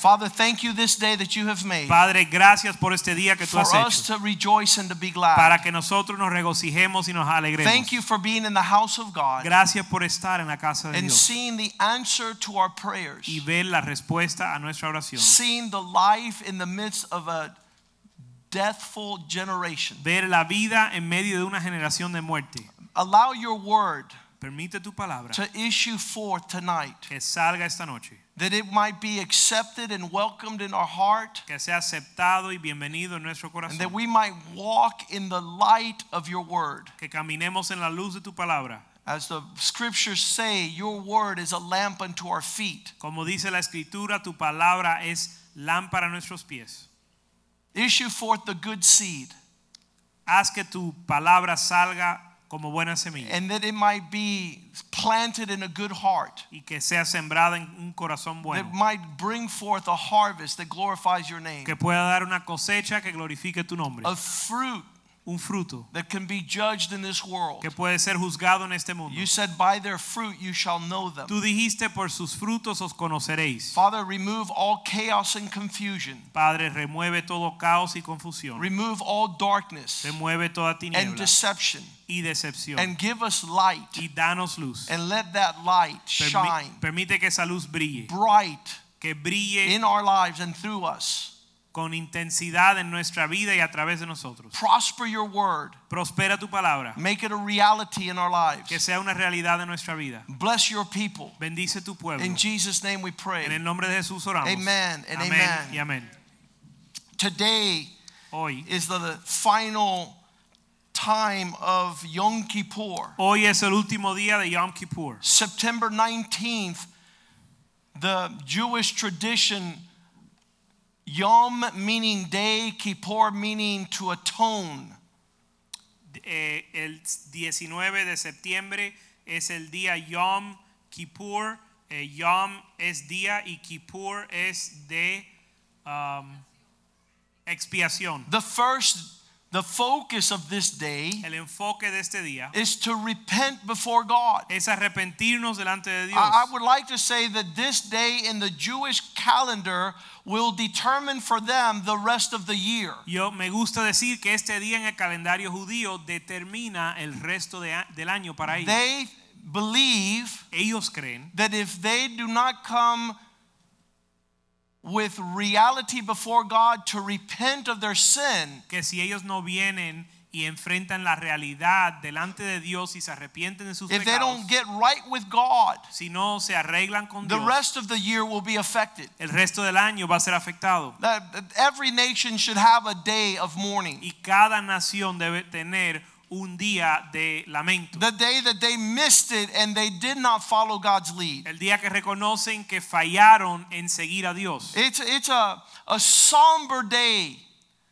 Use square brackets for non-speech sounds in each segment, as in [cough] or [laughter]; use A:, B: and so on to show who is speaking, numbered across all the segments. A: Father, thank you this day that you have made
B: Padre, gracias por este día que tú
A: for
B: has
A: us
B: hecho
A: to rejoice and to be glad.
B: para que nosotros nos regocijemos y nos alegremos.
A: Thank you for being in the house of God
B: Gracias por estar en la casa de
A: and
B: Dios
A: seeing the answer to our prayers,
B: y ver la respuesta a nuestra oración.
A: seeing the life in the midst of a deathful generation.
B: Ver la vida en medio de una generación de muerte.
A: Allow your word
B: Permite tu palabra
A: to issue forth tonight,
B: que salga esta noche,
A: that it might be accepted and welcomed in our heart,
B: que sea aceptado y bienvenido en nuestro
A: and that
B: corazón.
A: we might walk in the light of your word.
B: Que caminemos en la luz de tu palabra.
A: As the scriptures say, your word is a lamp unto our feet.
B: Como dice la escritura, tu palabra es lámpara a nuestros pies.
A: Issue forth the good seed,
B: Haz que tu palabra salga como buena semilla.
A: and that it might be planted in a good heart,
B: y que sea sembrada en un
A: that
B: corazón bueno,
A: might bring forth a harvest that glorifies your name,
B: que pueda dar una cosecha que glorifique tu nombre,
A: a fruit
B: un fruto
A: that can be judged in this world.
B: que puede ser juzgado en este mundo.
A: You said, By their fruit you shall know them.
B: Tú dijiste, por sus frutos os conoceréis.
A: Father, remove all chaos and confusion,
B: Padre, remueve todo caos y confusión,
A: remove all darkness
B: remueve toda
A: and
B: tiniebla
A: deception,
B: y decepción
A: and give us light,
B: y danos luz.
A: and let that light
B: Permi-
A: shine
B: Permite que esa luz brille,
A: bright
B: que brille
A: in our lives and through us.
B: con intensidad en nuestra vida y a través de nosotros.
A: Prosper your word.
B: Prospera tu palabra,
A: Make it a reality in our lives.
B: que sea una realidad en nuestra vida.
A: Bless your people.
B: Bendice tu pueblo.
A: In Jesus' name we pray.
B: En el nombre de Jesús oramos.
A: Amen and
B: amén
A: amen.
B: y amén.
A: Today
B: Hoy,
A: is the final time of Yom Kippur.
B: hoy es el último día de Yom Kippur.
A: September 19th, the Jewish tradition, Yom meaning day, Kippur meaning to atone.
B: Eh, el 19 de septiembre es el día Yom Kippur. Eh, Yom es día y Kippur es de um, expiación.
A: The first, the focus of this day
B: El enfoque de este día
A: is to repent before God.
B: es arrepentirnos delante de Dios.
A: I, I would like to say that this day in the Jewish calendar will determine for them the rest of the year.
B: Yo me gusta decir que este día en el calendario judío determina el resto de a- del año para ellos.
A: They believe
B: Ellos creen
A: that if they do not come with reality before God to repent of their sin,
B: que si ellos no vienen y enfrentan la realidad delante de Dios y se arrepienten de sus
A: if they
B: pecados,
A: don't get right with God,
B: si no se arreglan con
A: the
B: Dios,
A: rest of the year will be affected.
B: el resto del año va a ser afectado.
A: That that every nation should have a day of mourning.
B: Y cada nación debe tener un día de lamento.
A: The day that they missed it and they did not follow God's lead.
B: El día que reconocen que fallaron en seguir a Dios.
A: It's, it's a, a somber day.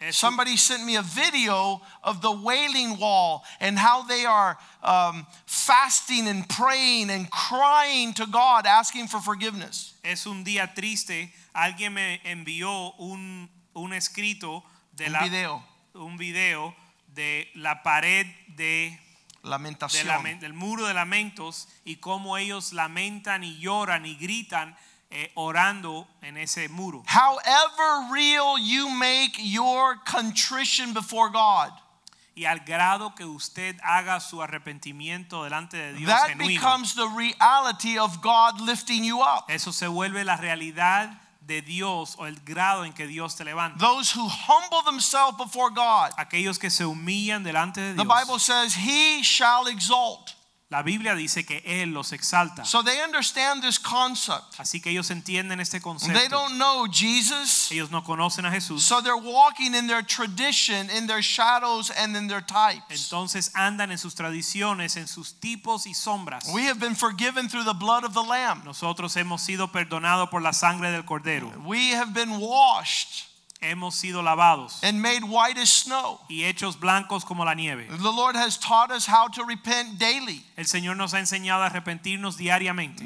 B: Es-
A: Somebody sent me a video of the Wailing Wall and how they are um, fasting and praying and crying to God, asking for forgiveness.
B: es un día triste. Alguien me envió un, un escrito de
A: Un
B: la,
A: video.
B: un video de la pared de de
A: Lamentación.
B: lamen- del muro de lamentos y cómo ellos lamentan y lloran y gritan eh, orando en ese muro.
A: However real you make your contrition before God,
B: Y al grado que usted haga su arrepentimiento delante de Dios
A: that
B: genuino,
A: becomes the reality of God lifting you up.
B: eso se vuelve la realidad de Dios o el grado en que Dios te levanta.
A: Those who humble themselves before God,
B: Aquellos que se humillan delante de
A: the
B: Dios.
A: Bible says, He shall exalt.
B: la Biblia dice que Él los exalta.
A: So they understand this concept.
B: Así que ellos entienden este
A: They
B: concepto.
A: don't know Jesus.
B: Ellos no conocen a Jesús.
A: So they're walking in their tradition, in their shadows, and in their types.
B: entonces andan en sus tradiciones, en sus tipos y sombras.
A: We have been forgiven through the blood of the Lamb.
B: Nosotros hemos sido perdonados por la sangre del cordero.
A: We have been washed
B: hemos sido lavados
A: and made white as snow.
B: y hechos blancos como la nieve.
A: The Lord has taught us how to repent daily,
B: El Señor nos ha enseñado a arrepentirnos diariamente,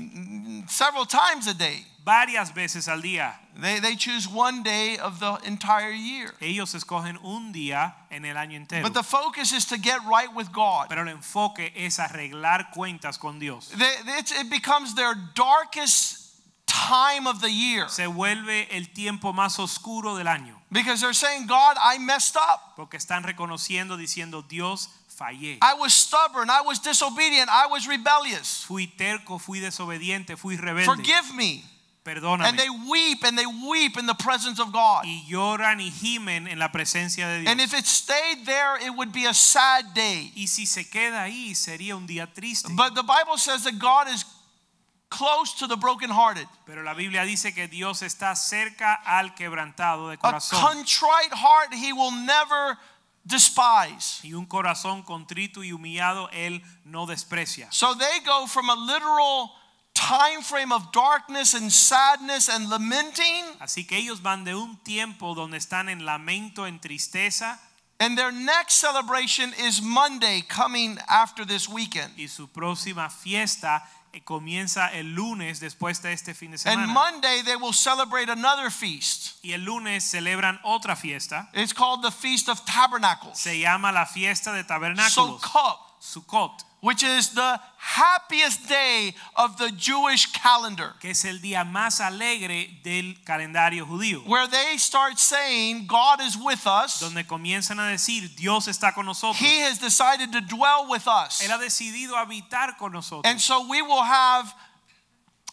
A: several times a day.
B: varias veces al día.
A: They, they choose one day of the entire year.
B: Ellos escogen un día en el año entero,
A: But the focus is to get right with God.
B: pero el enfoque es arreglar cuentas con Dios.
A: They- it's- it becomes their darkest time of the year
B: Se vuelve el tiempo más oscuro del año,
A: because they're saying, God, I messed up.
B: porque están reconociendo, diciendo, Dios, fallé.
A: I was stubborn. I was disobedient. I was rebellious.
B: Fui terco, fui desobediente, fui rebelde.
A: Forgive me. And
B: Perdóname.
A: they weep and they weep in the presence of God.
B: Y lloran y gimen en la presencia de
A: And
B: Dios.
A: if it stayed there, it would be a sad day.
B: Y si se queda ahí, sería un día triste.
A: But the Bible says that God is close to the brokenhearted.
B: Pero la Biblia dice que Dios está cerca al quebrantado de
A: A
B: corazón.
A: contrite heart he will never despise.
B: Y un corazón contrito y humillado Él no desprecia.
A: So they go from a literal time frame of darkness and sadness and lamenting,
B: Así que ellos van de un tiempo donde están en lamento, en tristeza,
A: and their next celebration is Monday coming after this weekend.
B: y su próxima fiesta eh, comienza el lunes después de este fin de
A: And
B: semana.
A: Monday they will celebrate another feast.
B: Y el lunes celebran otra fiesta.
A: It's called the Feast of Tabernacles,
B: Se llama la fiesta de tabernáculos,
A: Sukkot,
B: Sukkot,
A: which is the happiest day of the Jewish calendar.
B: que es el día más alegre del calendario judío.
A: where they start saying, God is with us.
B: donde comienzan a decir Dios está con nosotros.
A: He has decided to dwell with us.
B: Él ha decidido habitar con
A: And
B: nosotros.
A: so we will have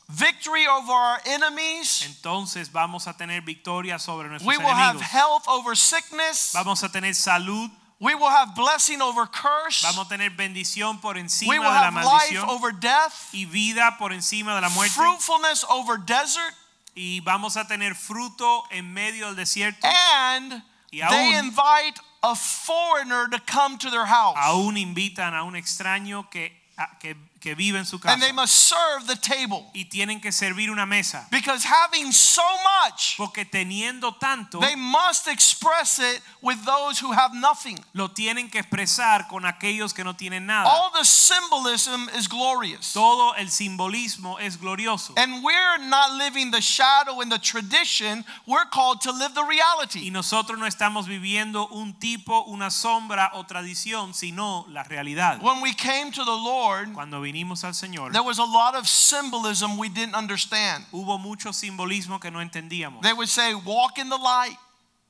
A: victory over our enemies.
B: Entonces vamos a tener victoria sobre nuestros
A: We will have
B: enemigos.
A: health over sickness.
B: Vamos a tener salud.
A: We will have blessing over curse.
B: Vamos a tener bendición por encima
A: We
B: de
A: will
B: la
A: have life
B: maldición
A: over death.
B: y vida por encima de la muerte.
A: Fruitfulness over desert.
B: Y vamos a tener fruto en medio del desierto.
A: And
B: Y
A: they
B: aún-
A: invite a foreigner to come to their house.
B: Aún invitan a un extraño que, a- que, que vive en su
A: And
B: casa.
A: they must serve the table.
B: Y tienen que servir una mesa.
A: Because having so much
B: Porque teniendo tanto,
A: They must express it with those who have nothing.
B: lo tienen que expresar con aquellos que no tienen nada.
A: All the symbolism is glorious.
B: Todo el simbolismo es glorioso.
A: And we're not living the shadow and the tradition, we're called to live the
B: Y
A: reality.
B: nosotros no estamos viviendo un tipo, una sombra o tradición, sino la realidad.
A: When we came to the Lord,
B: Cuando vinimos al Señor,
A: there was a lot of symbolism we didn't understand.
B: hubo mucho simbolismo que no entendíamos.
A: They would say, Walk in the light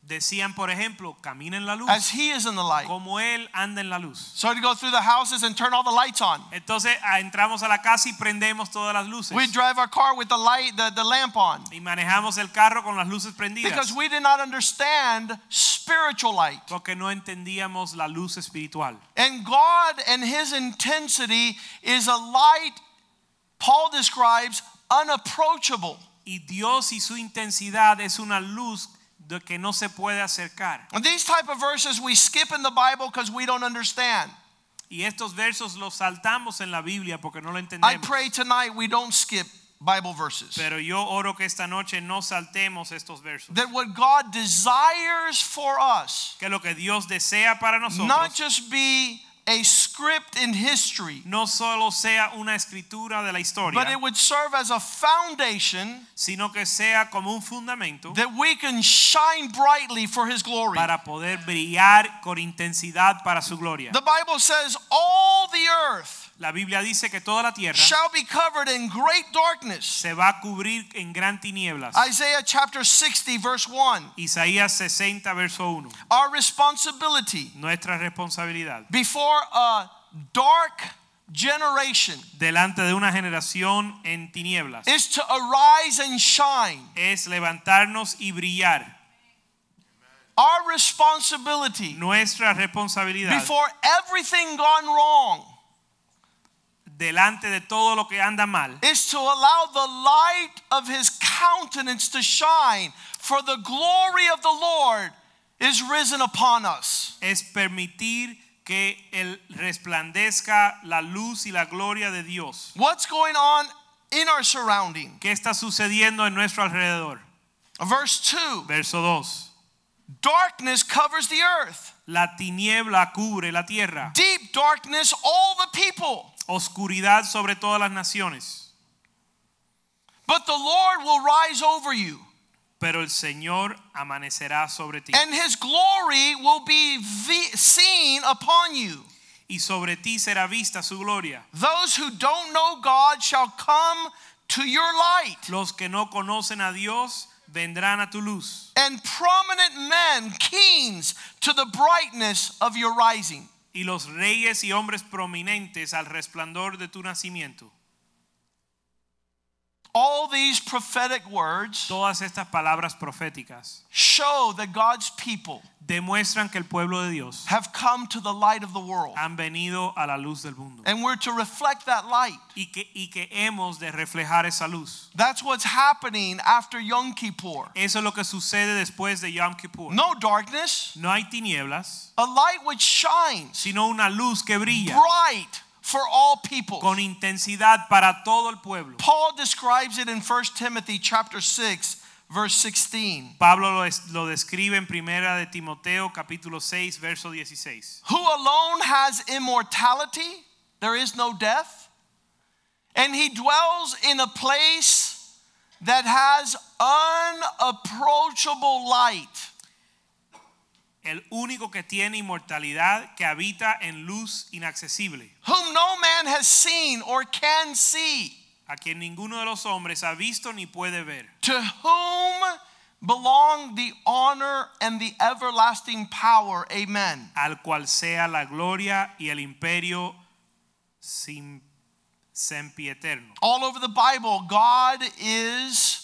B: Decían, por ejemplo, camina en la luz,
A: as He is in the light.
B: como Él anda en la luz.
A: So to go through the houses and turn all the lights on.
B: Entonces ah, entramos a la casa y prendemos todas las luces.
A: We drive our car with the light, the, the lamp on.
B: Y manejamos el carro con las luces prendidas.
A: Because we did not understand spiritual light.
B: Porque no entendíamos la luz espiritual.
A: And God and His intensity is a light, Paul describes, unapproachable.
B: Y Dios y su intensidad es una luz de que no se puede acercar.
A: And these type of verses we skip in the Bible because we don't understand.
B: Y estos versos los saltamos en la Biblia porque no lo
A: I
B: entendemos.
A: pray tonight we don't skip Bible verses.
B: Pero yo oro que esta noche no saltemos estos versos.
A: That what God desires for us,
B: Que lo que Dios desea para
A: not
B: nosotros
A: just be a script in history,
B: no solo sea una escritura de la
A: but it
B: historia,
A: would serve as a foundation
B: sino que sea como un fundamento
A: that we can shine brightly for His glory.
B: para poder brillar con intensidad para su gloria.
A: The Bible says, All the earth
B: La Biblia dice que toda la tierra
A: shall be covered in great darkness.
B: se va a cubrir en gran tinieblas.
A: Isaiah chapter 60, verse 1.
B: Isaías 60, verso 1.
A: Our responsibility
B: Nuestra responsabilidad
A: before a dark generation
B: delante de una generación en tinieblas
A: is to arise and shine.
B: es levantarnos y brillar.
A: Our responsibility
B: Nuestra responsabilidad
A: before everything gone wrong
B: delante de todo lo que anda mal
A: is to allow the light of his countenance to shine, for the glory of the Lord is risen upon us.
B: es permitir que él resplandezca la luz y la gloria de Dios.
A: What's going on in our surrounding?
B: ¿Qué está sucediendo en nuestro alrededor?
A: Verse 2.
B: Verso 2.
A: Darkness covers the earth.
B: La tiniebla cubre la tierra.
A: Deep darkness, all the people.
B: Oscuridad sobre todas las naciones.
A: But the Lord will rise over you,
B: Pero el Señor amanecerá sobre ti.
A: and his glory will be vi- seen upon you.
B: Y sobre ti será vista su gloria.
A: Those who don't know God shall come to your light,
B: Los que no conocen a Dios vendrán a tu luz.
A: and prominent men, kings, to the brightness of your rising.
B: Y los reyes y hombres prominentes al resplandor de tu nacimiento.
A: All these prophetic words
B: Todas estas palabras proféticas
A: show that God's people
B: demuestran que el pueblo de Dios
A: have come to the light of the world,
B: han venido a la luz del mundo.
A: and we're to reflect that light.
B: Y que, y que hemos de reflejar esa luz.
A: That's what's happening after Yom Kippur.
B: Eso es lo que sucede después de Yom Kippur.
A: No darkness,
B: No hay tinieblas,
A: a light which shines
B: sino una luz que brilla
A: bright for all people.
B: con intensidad para todo el pueblo.
A: Paul describes it in 1 Timothy chapter 6 verse 16.
B: Pablo lo, es- lo describe en primera de Timoteo capítulo 6 verso 16.
A: Who alone has immortality, there is no death, and he dwells in a place that has unapproachable light.
B: El único que tiene inmortalidad que habita en luz inaccesible,
A: Whom no man has seen or can see,
B: a quien ninguno de los hombres ha visto ni puede ver,
A: to whom belong the honor and the everlasting power. Amen.
B: al cual sea la gloria y el imperio sin sempieterno.
A: all over the Bible, God is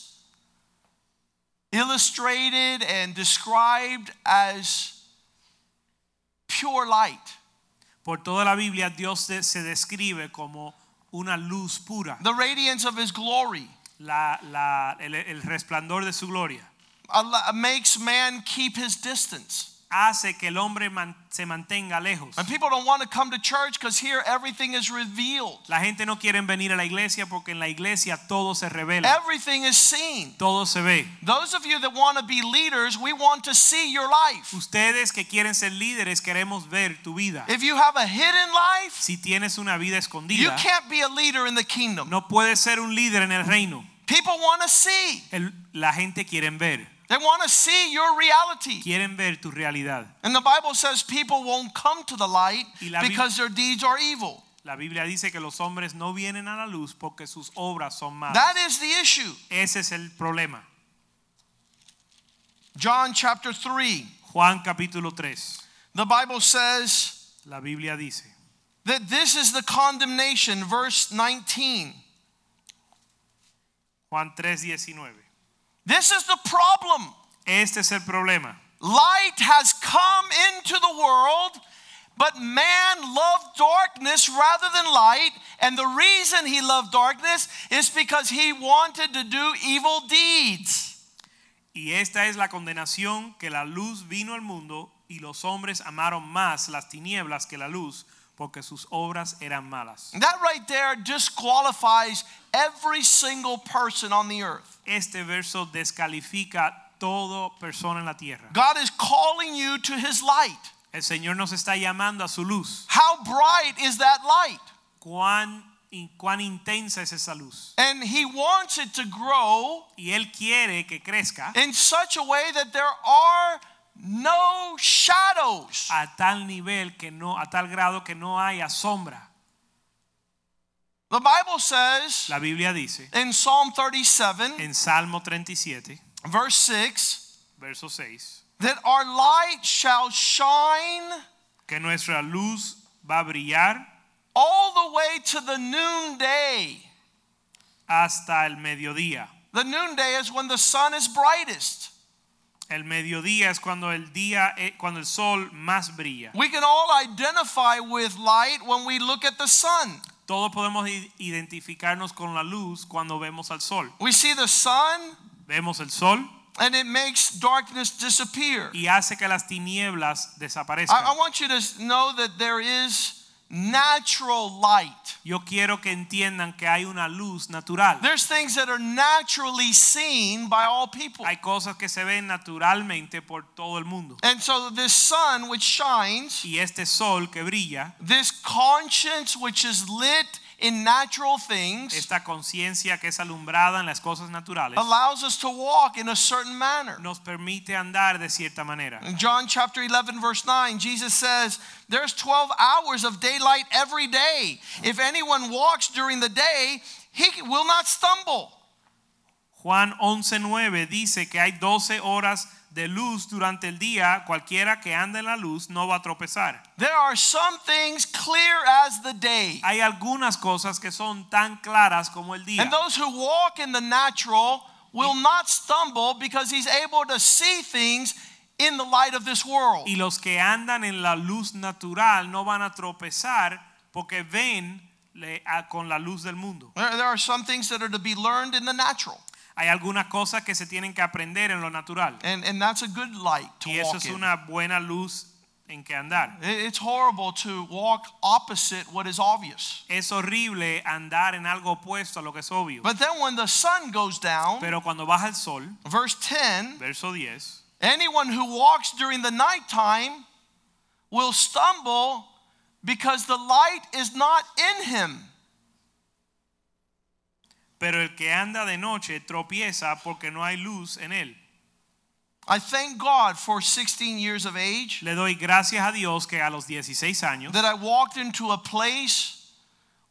A: illustrated and described as pure light.
B: Por toda la Biblia Dios de- se describe como una luz pura,
A: The radiance of his glory
B: la- la- el- el resplandor de su gloria.
A: al- uh, makes man keep his distance.
B: Hace que el hombre man- se mantenga lejos.
A: And people don't want to come to church because here everything is revealed,
B: La gente no quiere venir a la iglesia porque en la iglesia todo se revela,
A: everything is seen.
B: todo se ve.
A: Those of you that want to be leaders, we want to see your life.
B: Ustedes que quieren ser líderes queremos ver tu vida.
A: If you have a hidden life,
B: Si tienes una vida
A: you
B: escondida,
A: can't be a leader in the kingdom.
B: no puedes ser un líder en el reino.
A: People want to see.
B: El- la gente quiere ver,
A: They want to see your reality.
B: quieren ver tu realidad.
A: And the Bible says people won't come to the light
B: Y la Bib-
A: because their deeds are evil.
B: La Biblia dice que los hombres no vienen a la luz porque sus obras son malas.
A: That is the issue.
B: Ese es el problema.
A: John chapter 3,
B: Juan capítulo 3.
A: the Bible says
B: La Biblia dice,
A: that this is the condemnation, verse 19.
B: Juan 3:19.
A: This is the problem.
B: Este es el problema.
A: Light has come into the world, but man loved darkness rather than light. And the reason he loved darkness is because he wanted to do evil deeds.
B: Y esta es la condenación que la luz vino al mundo y los hombres amaron más las tinieblas que la luz porque sus obras eran malas.
A: That right there disqualifies every single person on the earth.
B: Este verso descalifica todo persona en la tierra.
A: God is calling you to his light.
B: El Señor nos está llamando a su luz.
A: How bright is that light?
B: Cuán, y cuán intensa es esa luz.
A: And he wants it to grow
B: Y Él quiere que crezca
A: in such a way that there are no shadows.
B: a tal nivel que no, a tal grado que no haya sombra.
A: The Bible says
B: La Biblia dice
A: in Psalm 37,
B: en Salmo 37,
A: verse 6,
B: verso 6,
A: that our light shall shine
B: que nuestra luz va a brillar
A: all the way to the noonday.
B: hasta el mediodía.
A: The noonday is when the sun is brightest.
B: El mediodía es cuando el día eh, cuando el sol más brilla.
A: We can all identify with light when we look at the sun.
B: Todos podemos i- identificarnos con la luz cuando vemos al sol.
A: We see the sun
B: Vemos el sol
A: and it makes darkness disappear.
B: y hace que las tinieblas desaparezcan.
A: I, I want you to know that there is natural light.
B: Yo quiero que entiendan que hay una luz natural.
A: There's things that are naturally seen by all people.
B: Hay cosas que se ven naturalmente por todo el mundo.
A: And so this sun which shines,
B: Y este sol que brilla,
A: this conscience which is lit in natural things,
B: esta conciencia que es alumbrada en las cosas naturales,
A: allows us to walk in a certain manner.
B: nos permite andar de cierta manera.
A: In John chapter 11, verse 9, Jesus says, There's 12 hours of daylight every day. If anyone walks during the day, he will not stumble.
B: Juan 11:9 dice que hay 12 horas de luz durante el día, cualquiera que anda en la luz no va a tropezar.
A: There are some things clear as the day.
B: Hay algunas cosas que son tan claras como el día.
A: And those who walk in the natural will not stumble because he's able to see things in the light of this world.
B: Y los que andan en la luz natural no van a tropezar porque ven le- a- con la luz del mundo.
A: There there are some things that are to be learned in the natural,
B: Hay algunas cosas que se tienen que aprender en lo natural.
A: and, and that's a good light to
B: Y eso
A: walk
B: es
A: in.
B: una buena luz en que andar.
A: It- It's horrible to walk opposite what is obvious.
B: Es horrible andar en algo opuesto a lo que es obvio.
A: But then when the sun goes down,
B: Pero cuando baja el sol,
A: verse 10,
B: verso 10,
A: anyone who walks during the nighttime will stumble because the light is not in him.
B: pero el que anda de noche tropieza porque no hay luz en él.
A: I thank God for 16 years of age
B: Le doy gracias a Dios que a los 16 años
A: that I walked into a place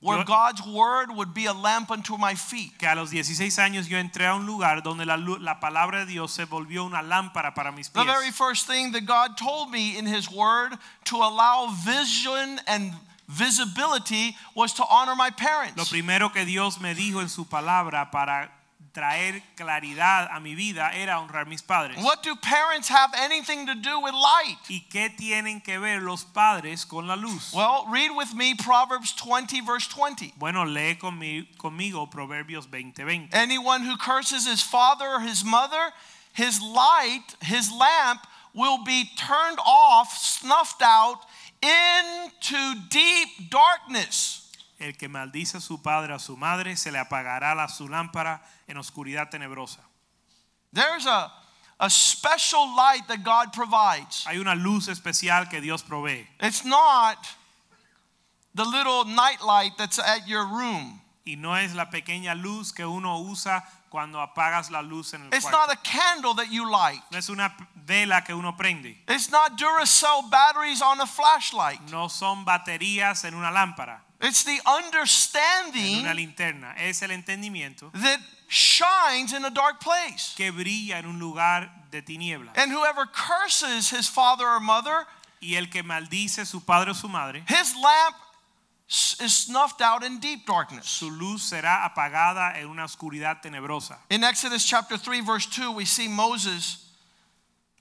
A: where
B: Yo-
A: God's word would be a lamp unto my feet.
B: que a los 16 años yo entré a un lugar donde la, lu- la palabra de Dios se volvió una lámpara para mis
A: The
B: pies.
A: very first thing that God told me in his word to allow vision and visibility was to honor my
B: Lo
A: parents.
B: primero que Dios me dijo en su palabra para traer claridad a mi vida era honrar mis padres.
A: What do parents have anything to do with light?
B: ¿Y qué tienen que ver los padres con la luz?
A: Well, read with me Proverbs 20, verse 20.
B: bueno, lee conmi- conmigo Proverbios 20:20.
A: Anyone who curses his father or his mother, his light, his lamp, will be turned off, snuffed out into deep darkness.
B: El que maldice a su padre o a su madre se le apagará la, su lámpara en oscuridad tenebrosa.
A: There's a, a special light that God provides.
B: Hay una luz especial que Dios provee
A: It's not the little nightlight that's at your room,
B: y no es la pequeña luz que uno usa cuando apagas la luz en el
A: it's
B: cuarto.
A: not a candle that you light,
B: no es una p- vela que uno prende.
A: it's not Duracell batteries on a flashlight.
B: No son baterías en una lámpara,
A: It's the
B: en una
A: understanding
B: linterna. Es el entendimiento
A: that shines in a dark place.
B: que brilla en un lugar de tiniebla.
A: And whoever curses his father or mother,
B: Y el que maldice su padre o su madre,
A: his lamp s- is snuffed out in deep darkness.
B: su luz será apagada en una oscuridad tenebrosa.
A: In Exodus chapter 3, verse 2, we see Moses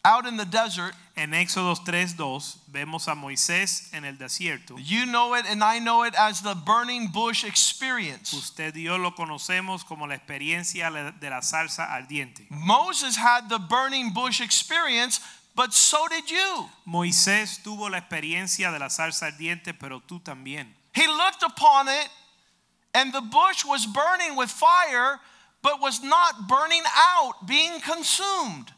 A: out in the desert.
B: En Éxodo 3:2 vemos a Moisés en el desierto.
A: You know it, and I know it as the burning bush experience.
B: Usted y yo lo conocemos como la experiencia de la salsa ardiente.
A: Moses had the burning bush experience, but so did you.
B: Moisés tuvo la experiencia de la salsa ardiente, pero tú también.
A: He looked upon it, and the bush was burning with fire, but was not burning out, being consumed.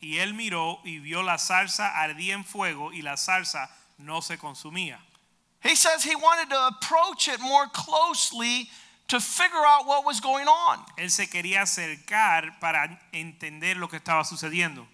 B: Y él miró y vio la salsa ardía en fuego y la salsa no se consumía.
A: He says he wanted to approach it more closely to figure out what was going on.
B: Él se quería acercar para entender lo que estaba sucediendo.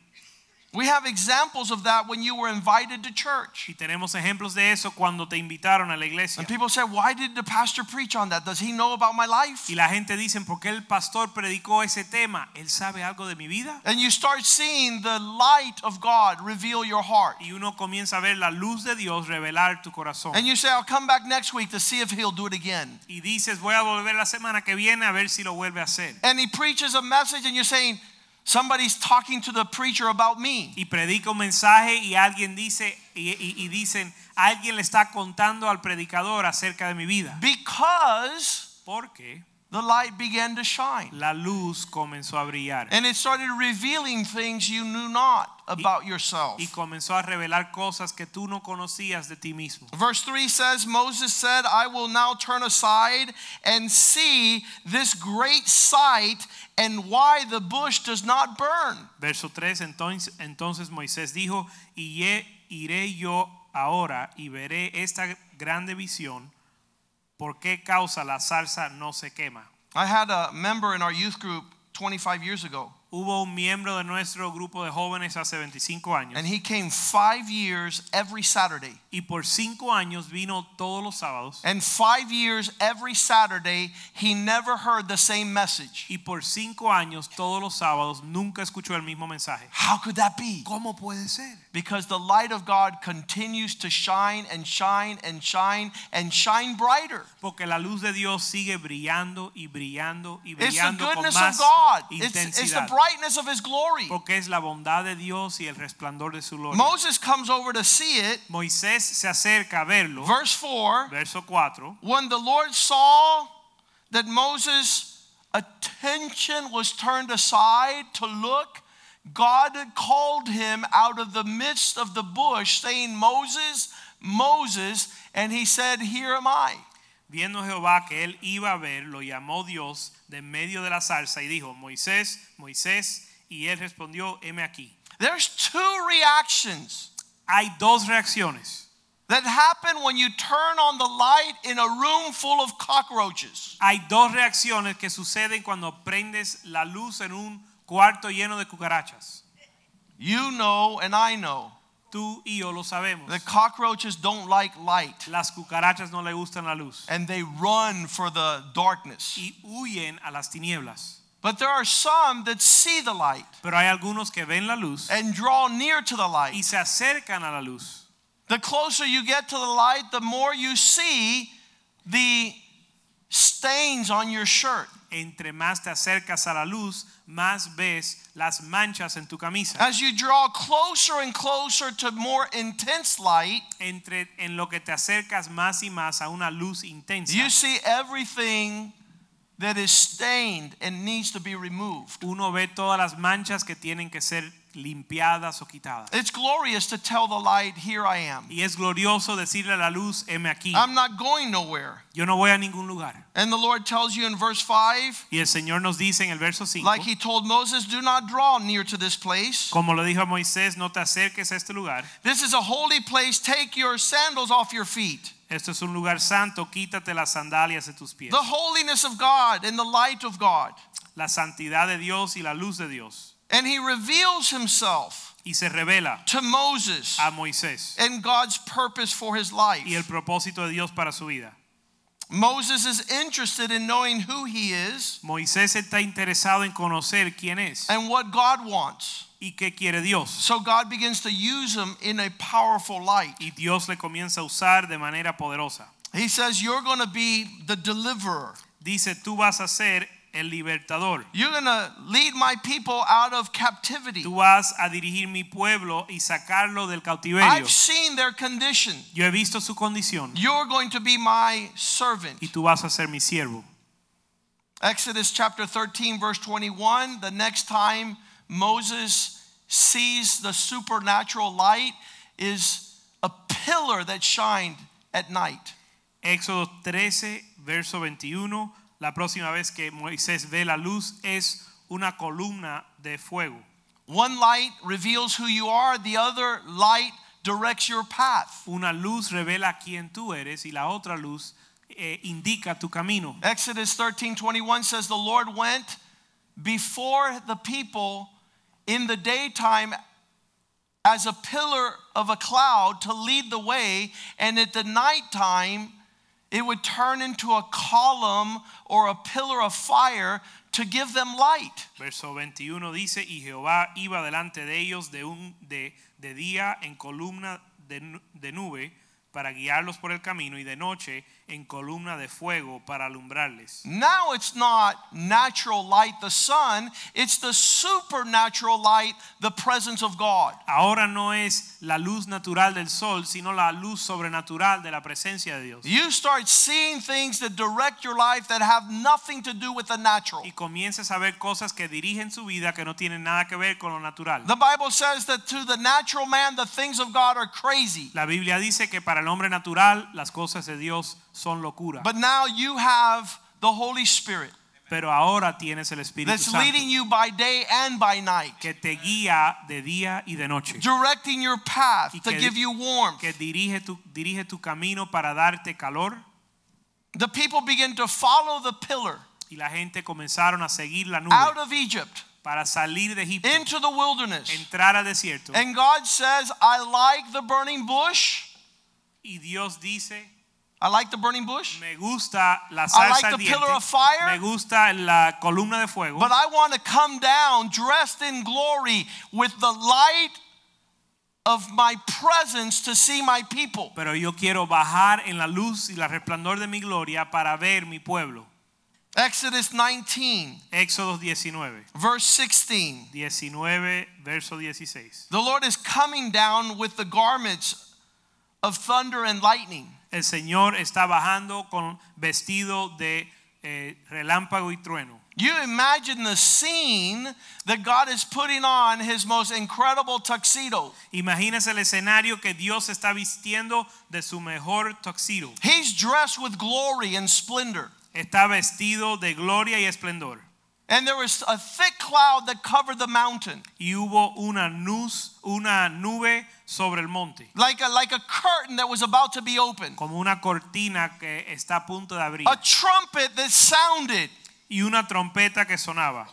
A: We have examples of that when you were invited to church.
B: Y tenemos ejemplos de eso cuando te invitaron a la iglesia.
A: And people say, Why did the pastor preach on that? Does he know about my life?
B: Y la gente dice, ¿por qué el pastor predicó ese tema? ¿Él sabe algo de mi vida?
A: And you start seeing the light of God reveal your heart.
B: Y uno comienza a ver la luz de Dios revelar tu corazón.
A: And you say, I'll come back next week to see if he'll do it again.
B: Y dices, voy a volver la semana que viene a ver si lo vuelve a hacer.
A: And he preaches a message, and you're saying, Somebody's talking to the preacher about me.
B: Y predica un mensaje y alguien dice, y, y- y dicen, alguien le está contando al predicador acerca de mi vida.
A: Because
B: Porque
A: the light began to shine.
B: la luz comenzó a brillar
A: And it started revealing things you knew not about yourself.
B: y comenzó a revelar cosas que tú no conocías de ti mismo.
A: Verse 3 says, Moses said, I will now turn aside and see this great sight and why the bush does not burn.
B: Verso 3, entonces, entonces Moisés dijo, y ye- iré yo ahora y veré esta grande visión, por qué causa la salsa no se quema.
A: I had a member in our youth group 25 years ago,
B: Hubo un miembro de nuestro grupo de jóvenes hace 25 años
A: and he came five years every Saturday.
B: y por 5 años vino todos los sábados
A: And five years every Saturday, he never heard the same message.
B: y por 5 años todos los sábados nunca escuchó el mismo mensaje.
A: How could that be?
B: ¿Cómo puede ser?
A: Because the light of God continues to shine and shine and shine and shine brighter.
B: Porque la luz de Dios sigue brillando y brillando y
A: It's the
B: brillando con
A: goodness of
B: más
A: God. It's, it's the
B: intensidad.
A: brightness of His glory.
B: Porque es la bondad de Dios y el resplandor de su gloria.
A: Moses comes over to see it.
B: Moisés se acerca a verlo.
A: Verse 4
B: Verso 4.
A: When the Lord saw that Moses' attention was turned aside to look, God had called him out of the midst of the bush, saying, Moses, Moses. And he said, Here am I.
B: Viendo Jehová que él iba a ver, lo llamó Dios de medio de la salsa y dijo, Moisés, Moisés. Y él respondió, heme aquí.
A: There's two reactions
B: Hay dos reacciones.
A: that happen when you turn on the light in a room full of cockroaches.
B: Hay dos reacciones que suceden cuando prendes la luz en un cuarto lleno de cucarachas.
A: You know, and I know,
B: Tú y yo lo sabemos.
A: that cockroaches don't like light
B: Las cucarachas no le gustan la luz
A: and they run for the darkness.
B: y huyen a las tinieblas.
A: But there are some that see the light
B: Pero hay algunos que ven la luz
A: and draw near to the
B: y
A: light.
B: se acercan a la luz.
A: The closer you get to the light, the more you see the stains on your shirt.
B: Entre más te acercas a la luz, más ves las manchas en tu camisa.
A: As you draw closer and closer to more intense light,
B: Entre en lo que te acercas más y más a una luz intensa,
A: you see everything that is stained and needs to be removed.
B: uno ve todas las manchas que tienen que ser limpiadas o quitadas.
A: It's glorious to tell the light, Here I am.
B: Y es glorioso decirle a la luz, heme aquí.
A: I'm not going nowhere.
B: Yo no voy a ningún lugar.
A: And the Lord tells you in verse 5,
B: Y el Señor nos dice en el verso 5,
A: like He told Moses, do not draw near to this place.
B: como lo dijo a Moisés, no te acerques a este lugar.
A: This is a holy place. Take your sandals off your feet.
B: Esto es un lugar santo, quítate las sandalias de tus pies.
A: The holiness of God and the light of God.
B: La santidad de Dios y la luz de Dios.
A: And He reveals Himself
B: Y se revela
A: to Moses
B: a Moisés
A: and God's purpose for his
B: y el
A: life.
B: propósito de Dios para su vida.
A: Moses is interested in knowing who he is
B: Moisés está interesado en conocer quién es
A: and what God wants.
B: y qué quiere Dios.
A: So God begins to use him in a powerful light.
B: Y Dios le comienza a usar de manera poderosa.
A: He says, You're going to be the deliverer.
B: Dice, tú vas a ser el libertador.
A: You're going to lead my people out of captivity.
B: Tú vas a dirigir mi pueblo y sacarlo del cautiverio.
A: I've seen their condition.
B: Yo he visto su condición
A: You're going to be my servant.
B: y tú vas a ser mi siervo.
A: Exodus chapter 13, verse 21. The next time Moses sees the supernatural light is a pillar that shined at night.
B: Éxodo 13, verso 21. La próxima vez que Moisés ve la luz es una columna de fuego.
A: One light reveals who you are, the other light directs your path.
B: Una luz revela quién tú eres y la otra luz eh, indica tu camino.
A: Exodus 13, 21 says, The Lord went before the people in the daytime as a pillar of a cloud to lead the way, and at the nighttime, it would turn into a column or a pillar of fire to give them light.
B: Verso 21 dice, y Jehová iba delante de ellos de, un, de, de día en columna de, nu- de nube para guiarlos por el camino y de noche en columna de fuego para alumbrarles.
A: Now it's not natural light, the sun, it's the supernatural light, the presence of God.
B: Ahora no es la luz natural del sol, sino la luz sobrenatural de la presencia de Dios.
A: You start seeing things that direct your life that have nothing to do with the natural.
B: Y comienzas a ver cosas que dirigen su vida que no tienen nada que ver con lo natural.
A: The Bible says that to the natural man, the things of God are crazy.
B: La Biblia dice que para el hombre natural las cosas de Dios son locura.
A: But now you have the Holy Spirit
B: Pero ahora tienes el Espíritu
A: that's
B: Santo
A: leading you by day and by night,
B: que te guía de día y de noche,
A: directing your path
B: Y
A: to
B: que-
A: give you warmth.
B: que dirige tu, dirige tu camino para darte calor.
A: The people begin to follow the pillar
B: Y la gente comenzaron a seguir la nube
A: out of Egypt
B: para salir de Egipto,
A: into the wilderness.
B: entrar al desierto.
A: And God says, I like the burning bush.
B: y Dios dice,
A: I like the burning bush,
B: me gusta la salsa
A: like the pillar of fire.
B: me gusta la columna de fuego,
A: but I want to come down dressed in glory with the light of my presence to see my people.
B: pero yo quiero bajar en la luz y la resplandor de mi gloria para ver mi pueblo.
A: Exodus 19,
B: Éxodo 19,
A: verse 16.
B: 19, verso 16.
A: The Lord is coming down with the garments of thunder and lightning.
B: El Señor está bajando con vestido de eh, relámpago y trueno.
A: You imagine the scene that God is putting on his most incredible tuxedo.
B: Imagínese el escenario que Dios está vistiendo de su mejor tuxedo.
A: He's dressed with glory and splendor.
B: Está vestido de gloria y esplendor.
A: And there was a thick cloud that covered the mountain,
B: Y hubo una, nuz, una nube sobre el monte,
A: like a, like a curtain that was about to be opened.
B: como una cortina que está a punto de abrir.
A: A trumpet that sounded.
B: Y una trompeta que sonaba.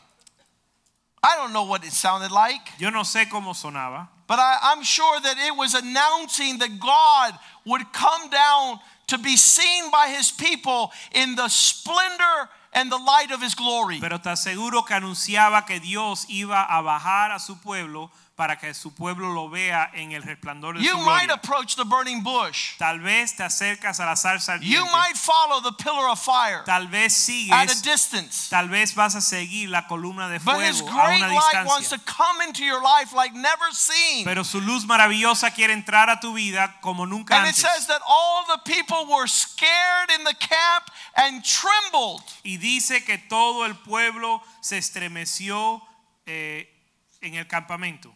A: I don't know what it sounded like,
B: Yo no sé cómo sonaba,
A: but I, I'm sure that it was announcing that God would come down to be seen by his people in the splendor and the light of his glory.
B: pero te aseguro que anunciaba que Dios iba a bajar a su pueblo para que su pueblo lo vea en el resplandor de
A: You
B: su
A: might
B: gloria.
A: approach the burning bush.
B: Tal vez te acercas a la salsa
A: You might follow the pillar of fire
B: tal vez
A: at a
B: sigues,
A: distance.
B: tal vez vas a seguir la columna de
A: But his
B: fuego a
A: great
B: una
A: light wants to
B: distancia.
A: come into your life like never seen.
B: Pero su luz maravillosa quiere entrar a tu vida como nunca
A: And it
B: antes.
A: says that all the people were scared in the camp and trembled.
B: Y dice que todo el pueblo se estremeció eh, en el campamento.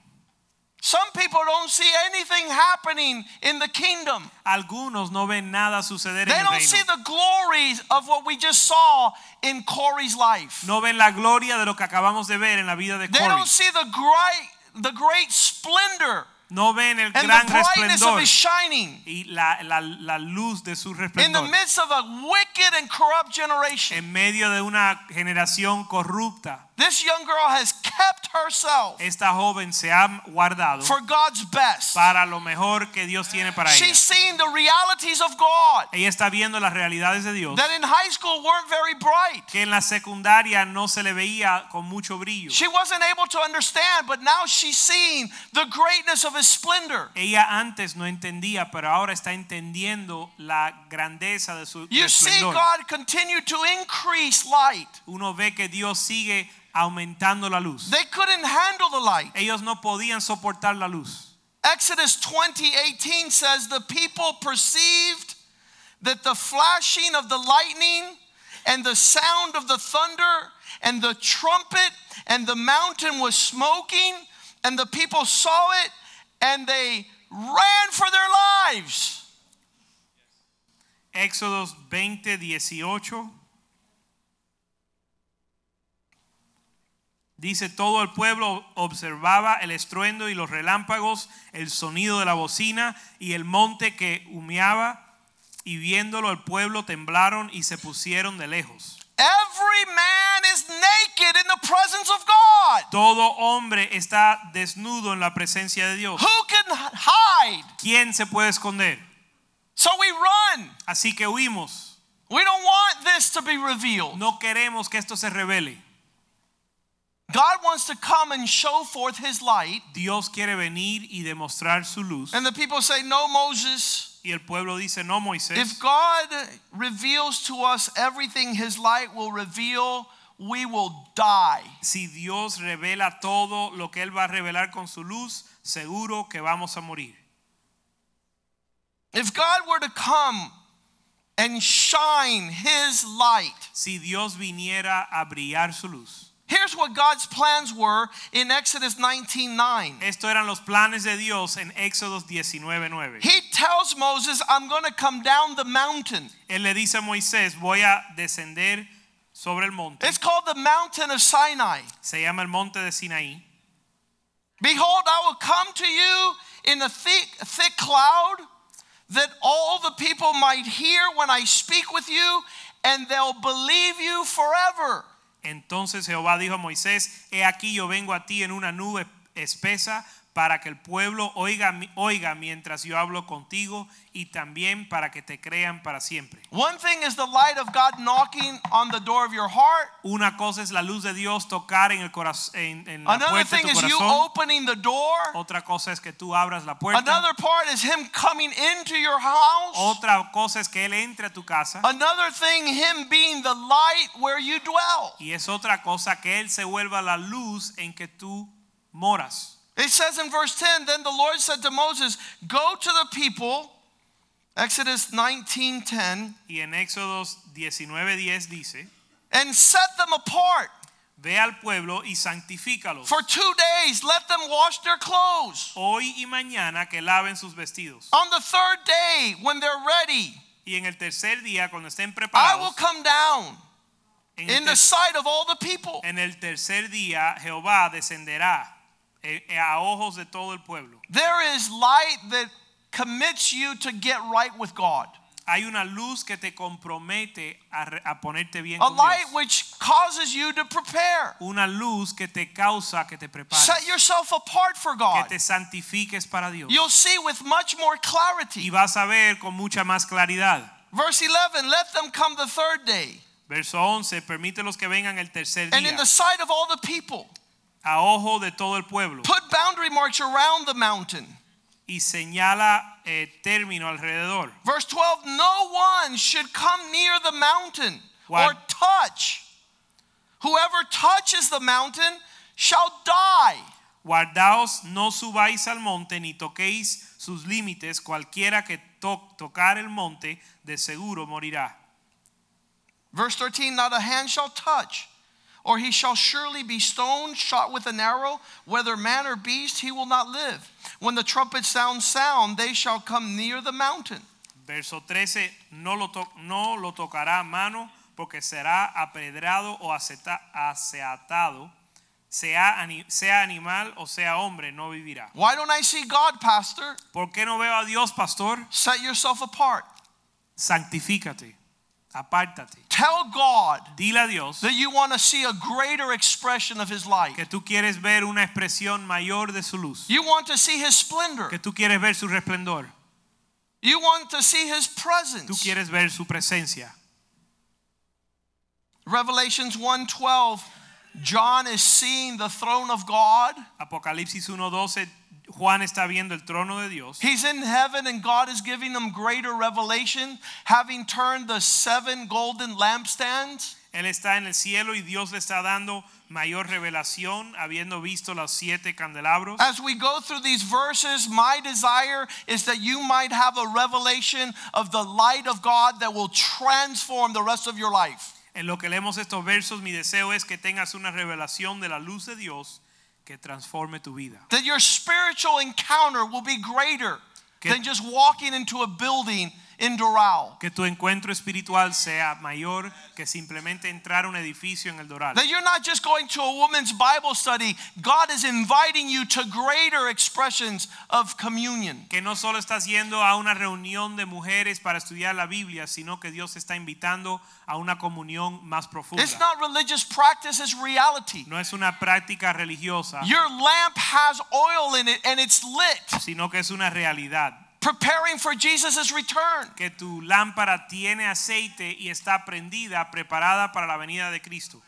A: Some people don't see anything happening in the kingdom.
B: Algunos no ven nada suceder
A: They
B: en el
A: don't see
B: reino.
A: the glories of what we just saw in Corey's life.
B: No ven la gloria de lo que acabamos de ver en la vida de
A: They
B: Corey.
A: don't see the great the great splendor
B: No ven el
A: and
B: gran
A: the brightness of
B: resplendor
A: his shining
B: y la, la- la luz de su
A: in the
B: resplendor
A: midst of a wicked and corrupt generation.
B: en medio de una generación corrupta.
A: This young girl has kept herself
B: Esta joven se ha guardado
A: for God's best.
B: para lo mejor que Dios tiene para ella.
A: She's seen the realities of God.
B: Ella está viendo las realidades de Dios
A: that in high school weren't very bright.
B: que en la secundaria no se le veía con mucho brillo.
A: She wasn't able to understand, but now she's seeing the greatness of his splendor.
B: Ella antes no entendía, pero ahora está entendiendo la grandeza de su
A: You see
B: esplendor.
A: God continue to increase light.
B: Uno ve que Dios sigue aumentando la luz.
A: They couldn't handle the light.
B: Ellos no podían soportar la luz.
A: Exodus 20 18 says, The people perceived that the flashing of the lightning and the sound of the thunder and the trumpet and the mountain was smoking, and the people saw it and they ran for their lives.
B: Éxodos 20, 18. Dice, todo el pueblo observaba el estruendo y los relámpagos, el sonido de la bocina y el monte que humeaba, y viéndolo el pueblo temblaron y se pusieron de lejos.
A: Every man is naked in the presence of God.
B: Todo hombre está desnudo en la presencia de Dios.
A: Who can h- hide?
B: ¿Quién se puede esconder?
A: So we run.
B: Así que huimos.
A: We don't want this to be revealed.
B: No queremos que esto se revele.
A: God wants to come and show forth his light.
B: Dios quiere venir y demostrar su luz.
A: And the people say, No, Moses,
B: Y el pueblo dice, no, Moisés.
A: If God reveals to us everything His light will reveal, we will die.
B: Si Dios revela todo lo que Él va a revelar con su luz, seguro que vamos a morir.
A: If God were to come and shine His light,
B: Si Dios viniera a brillar su luz.
A: here's what God's plans were in Exodus 19:9.
B: Estos eran los planes de Dios en Éxodo 19:9.
A: He tells Moses, "I'm going to come down the mountain."
B: Él le dice a Moisés, voy a descender sobre el monte.
A: It's called the mountain of Sinai.
B: Se llama el monte de Sinaí.
A: Behold, I will come to you in a thick, thick cloud, that all the people might hear when I speak with you, and they'll believe you forever.
B: Entonces Jehová dijo a Moisés, he aquí yo vengo a ti en una nube espesa para que el pueblo oiga, mi- oiga mientras yo hablo contigo y también para que te crean para siempre.
A: One thing is the light of God knocking on the door of your heart.
B: Una cosa es la luz de Dios tocar en el corazón en, en la
A: Another
B: puerta de
A: thing
B: tu
A: is you
B: corazón.
A: opening the door.
B: Otra cosa es que tú abras la puerta. Oh,
A: Another part is him coming into your house.
B: Otra cosa es que él entre a tu casa
A: Another thing, him being the light where you dwell.
B: y es otra cosa que él se vuelva la luz en que tú moras.
A: It says in verse 10 Then the Lord said to Moses, Go to the people, Exodus 19 10,
B: Y en Éxodos 19:10 dice,
A: and set them apart
B: ve al pueblo y santifícalos.
A: for two days. Let them wash their clothes.
B: hoy y mañana que laven sus vestidos.
A: On the third day, when they're ready,
B: Y en el tercer día, cuando estén
A: I will
B: preparados,
A: come down
B: en el,
A: in the
B: ter-
A: sight of all the people.
B: en el tercer día Jehová descenderá eh, eh, a ojos de todo el pueblo.
A: There is light that commits you to get right with God,
B: Hay una luz que te compromete a, re- a ponerte bien
A: a
B: con
A: light
B: Dios.
A: which causes you to prepare.
B: Una luz que te causa que te prepares,
A: Set yourself apart for
B: que
A: God.
B: te santifiques para Dios.
A: You'll see with much more
B: Y
A: clarity.
B: vas a ver con mucha más claridad.
A: Verse 11 Let them come the third day,
B: Verso 11, permite los que vengan el tercer
A: and
B: día
A: in the sight of all the people,
B: a ojo de todo el pueblo
A: put boundary marks around the mountain.
B: y señala eh, término alrededor.
A: Verse 12 No one should come near the mountain or
B: What?
A: touch. Whoever touches the mountain shall die.
B: Guardaos, no subáis al monte ni toquéis sus límites. Cualquiera que to- tocar el monte de seguro morirá.
A: Verse 13 Not a hand shall touch, or he shall surely be stoned, shot with an arrow. Whether man or beast, he will not live. When the trumpet sounds sound, they shall come near the mountain.
B: Verso 13, no lo, to- no lo tocará a mano porque será apedrado o aceta- aseatado. Sea, ani- sea animal o sea hombre, no vivirá.
A: Why don't I see God, Pastor?
B: ¿Por qué no veo a Dios, pastor?
A: Set yourself apart.
B: Santifícate, apártate.
A: Tell God
B: Dile a Dios
A: that you want to see a greater expression of his light.
B: que tú quieres ver una expresión mayor de su luz,
A: You want to see his splendor.
B: que tú quieres ver su resplandor.
A: You want to see his
B: Tú
A: presence.
B: quieres ver su presencia.
A: Revelations 1:12 John is seeing the throne of God.
B: Apocalipsis 1:12, Juan está viendo el trono de Dios.
A: He's in heaven and God is giving him greater revelation having turned the seven golden lampstands.
B: Él está en el cielo y Dios le está dando mayor revelación habiendo visto los siete candelabros.
A: As we go through these verses, my desire is that you might have a revelation of the light of God that will transform the rest of your life.
B: En lo que leemos estos versos, mi deseo es que tengas una revelación de la luz de Dios que transforme tu vida.
A: That your spiritual encounter will be greater
B: Que-
A: than just walking into a building in Doral.
B: Que tu encuentro espiritual sea mayor que simplemente entrar a un edificio en el Doral.
A: That you're not just going to a woman's Bible study, God is inviting you to greater expressions of communion.
B: Que no solo estás yendo a una reunión de mujeres para estudiar la Biblia, sino que Dios te está invitando a una comunión más profunda.
A: It's not religious practice, it's reality.
B: No es una práctica religiosa,
A: Your lamp has oil in it and it's lit,
B: sino que es una realidad.
A: preparing for Jesus' return.
B: Que tu lámpara tiene aceite y está prendida, preparada para la venida de Cristo.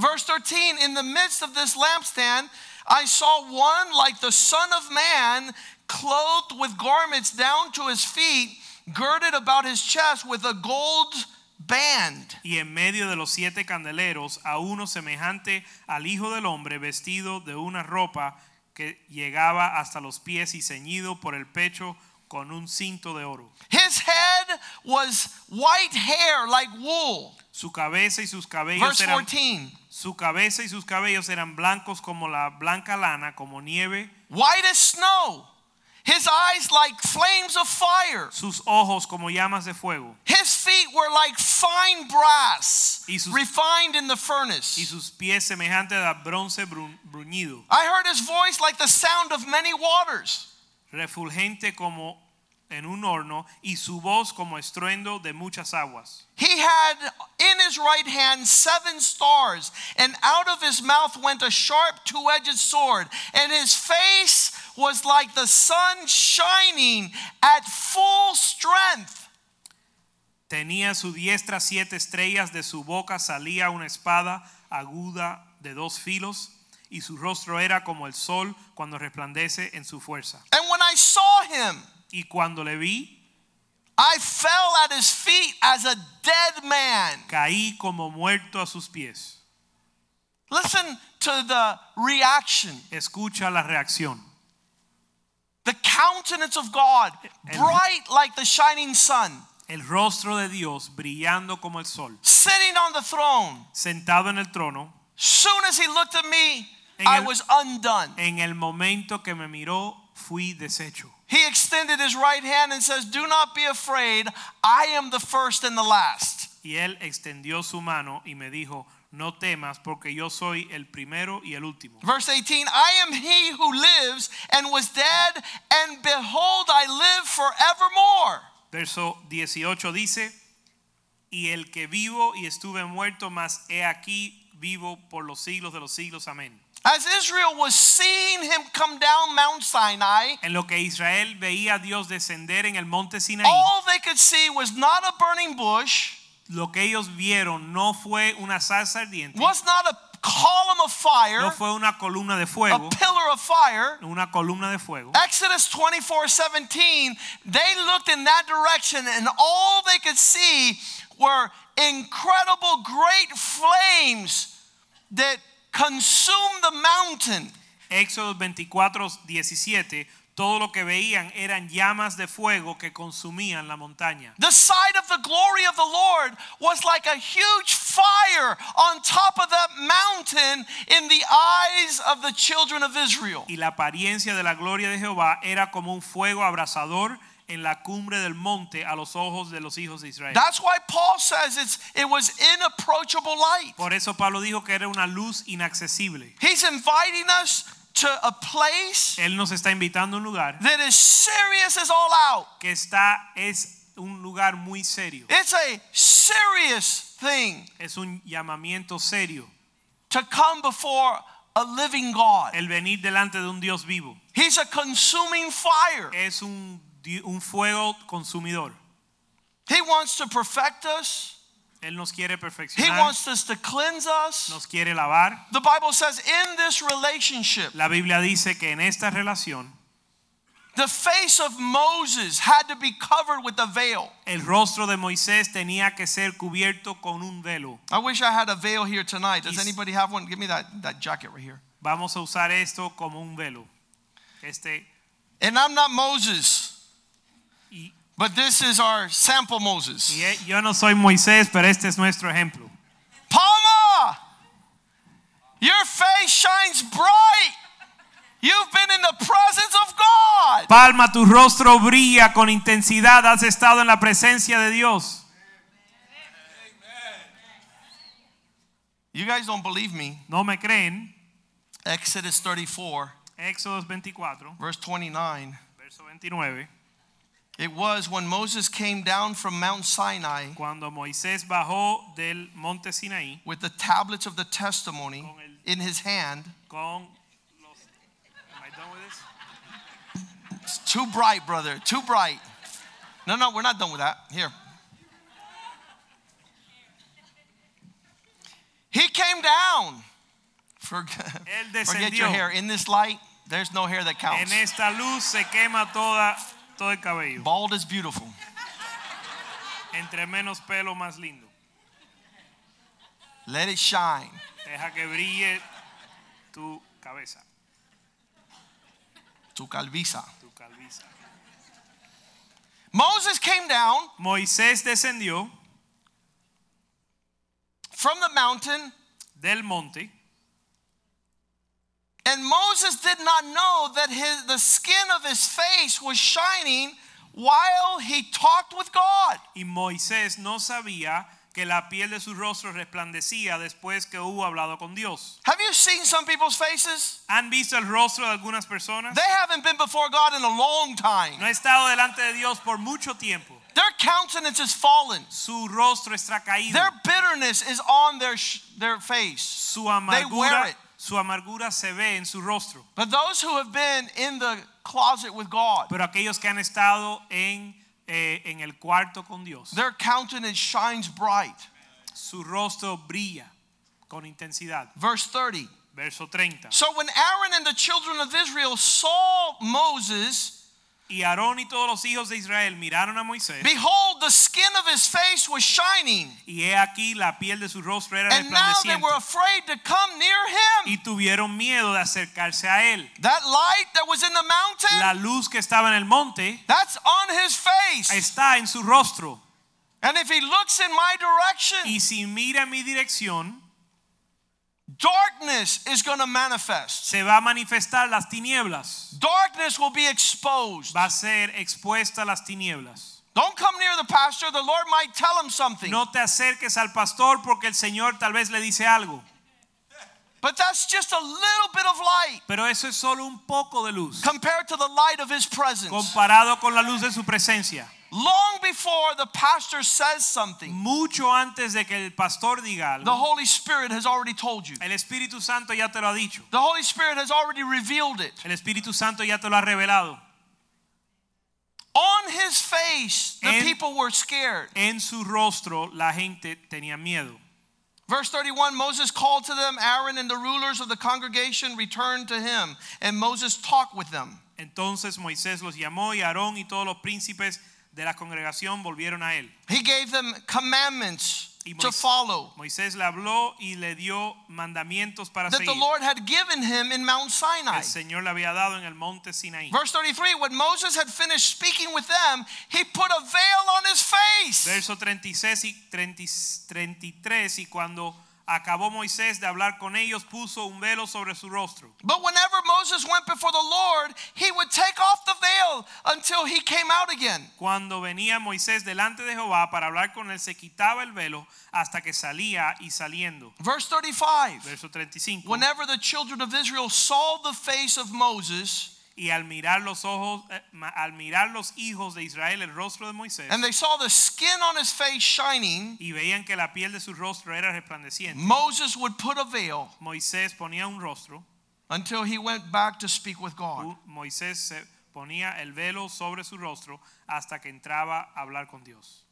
A: Verse 13 In the midst of this lampstand, I saw one like the Son of Man clothed with garments down to his feet, girded about his chest with a gold band.
B: Y en medio de los siete candeleros a uno semejante al Hijo del Hombre vestido de una ropa que llegaba hasta los pies y ceñido por el pecho con un cinto de oro.
A: His head was white hair like wool.
B: Su cabeza y sus cabellos
A: Verse
B: eran
A: 14.
B: su cabeza y sus cabellos eran blancos como la blanca lana, como nieve,
A: White as snow. His eyes like flames of fire.
B: sus ojos como llamas de fuego
A: His feet were like fine brass,
B: Y sus-
A: refined in the
B: y
A: furnace.
B: sus pies semejantes a bronce brun- bruñido,
A: I heard his voice like the sound of many waters.
B: refulgente como en un horno y su voz como estruendo de muchas aguas.
A: He had in his right hand seven stars, and out of his mouth went a sharp two edged sword, and his face was like the sun shining at full strength.
B: Tenía a su diestra siete estrellas, de su boca salía una espada aguda de dos filos, y su rostro era como el sol cuando resplandece en su fuerza.
A: And when I saw him,
B: Y cuando le vi,
A: I fell at his feet as a dead man.
B: caí como muerto a sus pies.
A: Listen to the reaction.
B: Escucha la reacción.
A: The countenance of God,
B: And-
A: bright like the shining sun,
B: El rostro de Dios brillando como el sol,
A: sitting on the throne.
B: sentado en el trono.
A: Soon as he looked at me,
B: En
A: I
B: el-
A: was undone.
B: En el momento que me miró, fui deshecho.
A: He extended his right hand and says, Do not be afraid. I am the first and the last.
B: Y él extendió su mano y me dijo, no temas porque yo soy el primero y el último.
A: Verse 18 I am he who lives and was dead, and behold, I live forevermore.
B: Verso 18 dice, y el que vivo y estuve muerto, mas he aquí vivo por los siglos de los siglos. Amén.
A: As Israel was seeing him come down Mount Sinai,
B: En lo que Israel veía a Dios descender en el monte Sinaí,
A: all they could see was not a burning bush,
B: lo que ellos vieron no fue una salsa ardiente,
A: was not a column of
B: no
A: fire,
B: fue una columna de fuego,
A: a pillar of fire.
B: una columna de fuego.
A: Exodus 24 17, they looked in that direction and all they could see were incredible great flames that consumed the mountain.
B: Éxodo 24, 17, todo lo que veían eran llamas de fuego que consumían la montaña.
A: The sight of the glory of the Lord was like a huge fire on top of that mountain in the eyes of the children of Israel.
B: Y la apariencia de la gloria de Jehová era como un fuego abrasador en la cumbre del monte a los ojos de los hijos de Israel.
A: That's why Paul says it's, it was inapproachable light.
B: Por eso Pablo dijo que era una luz inaccesible.
A: He's inviting us to a place
B: Él nos está invitando a un lugar
A: that is serious as all out.
B: que está, es un lugar muy serio.
A: It's a serious thing
B: Es un llamamiento serio
A: to come before a living God.
B: el venir delante de un Dios vivo.
A: He's a consuming fire.
B: Es un, di- un fuego consumidor.
A: He wants to perfect us,
B: Él nos quiere
A: He
B: perfeccionar.
A: wants us to cleanse us.
B: nos quiere lavar.
A: The Bible says in this relationship,
B: La Biblia dice que en esta relación
A: the face of Moses had to be covered with a veil.
B: el rostro de Moisés tenía que ser cubierto con un velo.
A: I wish I had a veil here tonight. Does
B: Yes.
A: anybody have one? Give me that, that jacket right here.
B: Vamos a usar esto como un velo. Este
A: And I'm not Moses,
B: y,
A: but this is our sample Moses.
B: y e- yo no soy Moisés, pero este es nuestro ejemplo.
A: Palma, your face shines bright. You've been in the presence of God.
B: Palma, tu rostro brilla con intensidad. Has estado en la presencia de Dios.
A: You guys don't believe me.
B: ¿No me creen?
A: Exodus 34,
B: Éxodo 24,
A: verse 29.
B: verso 29.
A: It was when Moses came down from Mount Sinai
B: Cuando Moisés bajó del monte Sinaí
A: with the tablets of the testimony in his hand.
B: con los... Am I done with this?
A: It's too bright, brother. Too bright. No, no, we're not done with that. Here. He came down. Forget,
B: Él
A: forget your
B: descendió.
A: [laughs] hair. In this light, There's no hair that
B: En
A: counts.
B: esta luz se quema toda, todo el cabello.
A: Bald is beautiful.
B: Entre menos pelo, más lindo.
A: Let it shine.
B: Deja que brille tu cabeza,
A: Tu calvisa.
B: tu calviza.
A: Moses came down
B: Moisés descendió
A: from the mountain,
B: del monte
A: and Moses did not know that his, the skin of his face was shining while he talked with God.
B: y Moisés no sabía que la piel de su rostro resplandecía después que hubo hablado con Dios.
A: Have you seen some people's faces?
B: ¿Han visto el rostro de algunas personas?
A: They haven't been before God in a long
B: No
A: time.
B: ha estado delante de Dios por mucho tiempo.
A: Their countenance is fallen.
B: Su rostro está caído.
A: Their bitterness is on their, sh- their face.
B: Su
A: wear
B: amargura,
A: it.
B: su amargura se ve en su rostro.
A: But those who have been in the closet with God,
B: Pero aquellos que han estado en, eh, en el cuarto con Dios,
A: their countenance shines bright.
B: su rostro brilla con intensidad.
A: Verse 30.
B: Verso 30.
A: So when Aaron and the children of Israel saw Moses,
B: Y Aarón y todos los hijos de Israel miraron a Moisés.
A: behold, the skin of his face was shining.
B: Y he aquí la piel de su rostro era
A: And now they
B: resplandeciente.
A: were afraid to come near him.
B: Y tuvieron miedo de acercarse a él.
A: That light that was in the
B: La
A: mountain,
B: luz que estaba en el monte
A: that's on his face.
B: está en su rostro.
A: And if he looks in my direction,
B: Y si mira en mi dirección,
A: darkness is going to manifest.
B: se va a manifestar las tinieblas.
A: Darkness will be exposed.
B: Va a ser expuesta a las tinieblas.
A: Don't come near the pastor. The Lord might tell him something.
B: No te acerques al pastor porque el Señor tal vez le dice algo.
A: But that's just a little bit of light
B: Pero eso es solo un poco de luz
A: compared to the light of his presence.
B: comparado con la luz de su presencia.
A: Long before the pastor says something,
B: Mucho antes de que el pastor diga
A: the
B: algo,
A: Holy Spirit has already told you.
B: el Espíritu Santo ya te lo ha dicho.
A: The Holy Spirit has already revealed it.
B: El Espíritu Santo ya te lo ha revelado.
A: On his face, the
B: En-
A: people were scared.
B: En su rostro la gente tenía miedo.
A: Verse 31 Moses called to them, Aaron and the rulers of the congregation returned to him, and Moses talked with them.
B: Entonces Moisés los llamó y Aarón y todos los príncipes de la congregación volvieron a él.
A: He gave them commandments
B: Y
A: to
B: Mois-
A: follow
B: Moisés le habló y le dio mandamientos para
A: that the
B: seguir.
A: Lord had given him in Mount Sinai.
B: El Señor le había dado en el monte Sinaí.
A: Verse 33 When Moses had finished speaking with them, he put a veil on his face.
B: Verso 36 y 30 33 y cuando acabó Moisés de hablar con ellos puso un velo sobre su rostro.
A: But whenever Moses went before the Lord, he would take off the veil until he came out again.
B: Cuando venía Moisés delante de Jehová para hablar con él se quitaba el velo hasta que salía y saliendo.
A: Verse 35
B: Verso 35.
A: Whenever the children of Israel saw the face of Moses,
B: y al mirar los ojos eh, ma- al mirar los hijos de Israel el rostro de Moisés
A: and they saw the skin on his face shining,
B: y veían que la piel de su rostro era resplandeciente.
A: Moses would put a veil
B: Moisés ponía un rostro,
A: until he went back to speak with God.
B: u- Moisés se ponía el velo sobre su rostro hasta que entraba a hablar con Dios.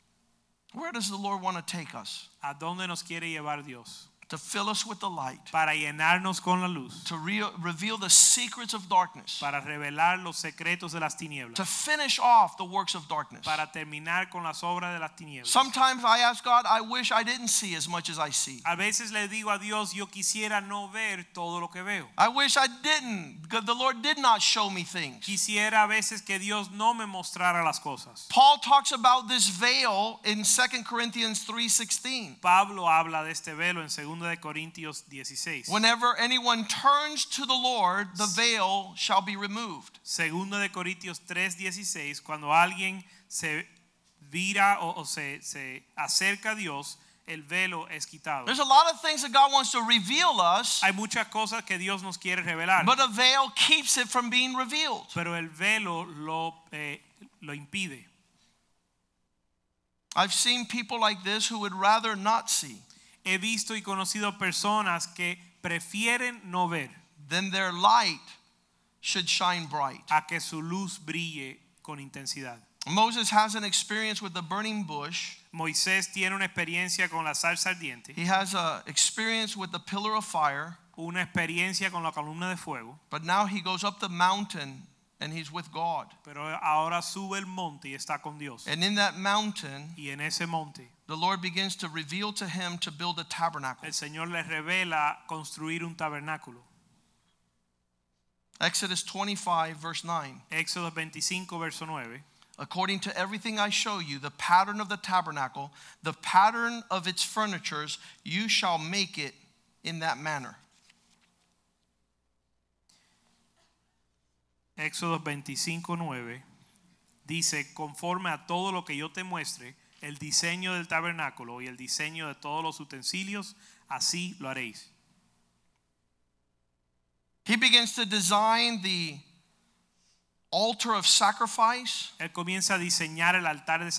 A: Where does the Lord want to take us?
B: ¿A dónde nos quiere llevar Dios?
A: To fill us with the light,
B: Para llenarnos con la luz,
A: to re- reveal the secrets of darkness.
B: para revelar los secretos de las
A: to
B: tinieblas,
A: finish off the works of darkness.
B: para terminar con las obras de las tinieblas.
A: Sometimes I ask God, I wish I didn't see as much as I see.
B: A veces le digo a Dios, yo quisiera no ver todo lo que veo.
A: I wish I didn't, because the Lord did not show me things.
B: Quisiera a veces que Dios no me mostrara las cosas.
A: Paul talks about this veil in 2 Corinthians 3:16.
B: Pablo habla de este velo en 2 de Corintios 16.
A: Whenever anyone turns to the Lord, the veil shall be removed.
B: Segundo de Corintios 3:16, cuando alguien se vira o, o se, se acerca a Dios, el velo es quitado.
A: There's a lot of things that God wants to reveal us,
B: Hay muchas cosas que Dios nos quiere revelar,
A: but a veil keeps it from being revealed.
B: pero el velo lo, eh, lo impide.
A: I've seen people like this who would rather not see
B: He visto y conocido personas que prefieren no ver
A: than their light should shine bright.
B: a que su luz brille con intensidad.
A: Moses has an experience with the burning bush.
B: Moisés tiene una experiencia con la salsa ardiente.
A: He has an experience with the pillar of fire.
B: una experiencia con la columna de fuego,
A: But now he goes up the mountain and he's with God.
B: pero ahora sube el monte y está con Dios.
A: And in that mountain,
B: Y en ese monte
A: the Lord begins to reveal to him to build a tabernacle.
B: el Señor le revela construir un tabernáculo.
A: Exodus 25, verse 9.
B: Éxodo 25, verso 9.
A: According to everything I show you, the pattern of the tabernacle, the pattern of its furnitures, you shall make it in that manner.
B: Éxodo 25, 9 dice, conforme a todo lo que yo te muestre, el diseño del tabernáculo y el diseño de todos los utensilios, así lo haréis.
A: He begins to design the altar of sacrifice.
B: Él comienza a diseñar el altar de
A: You go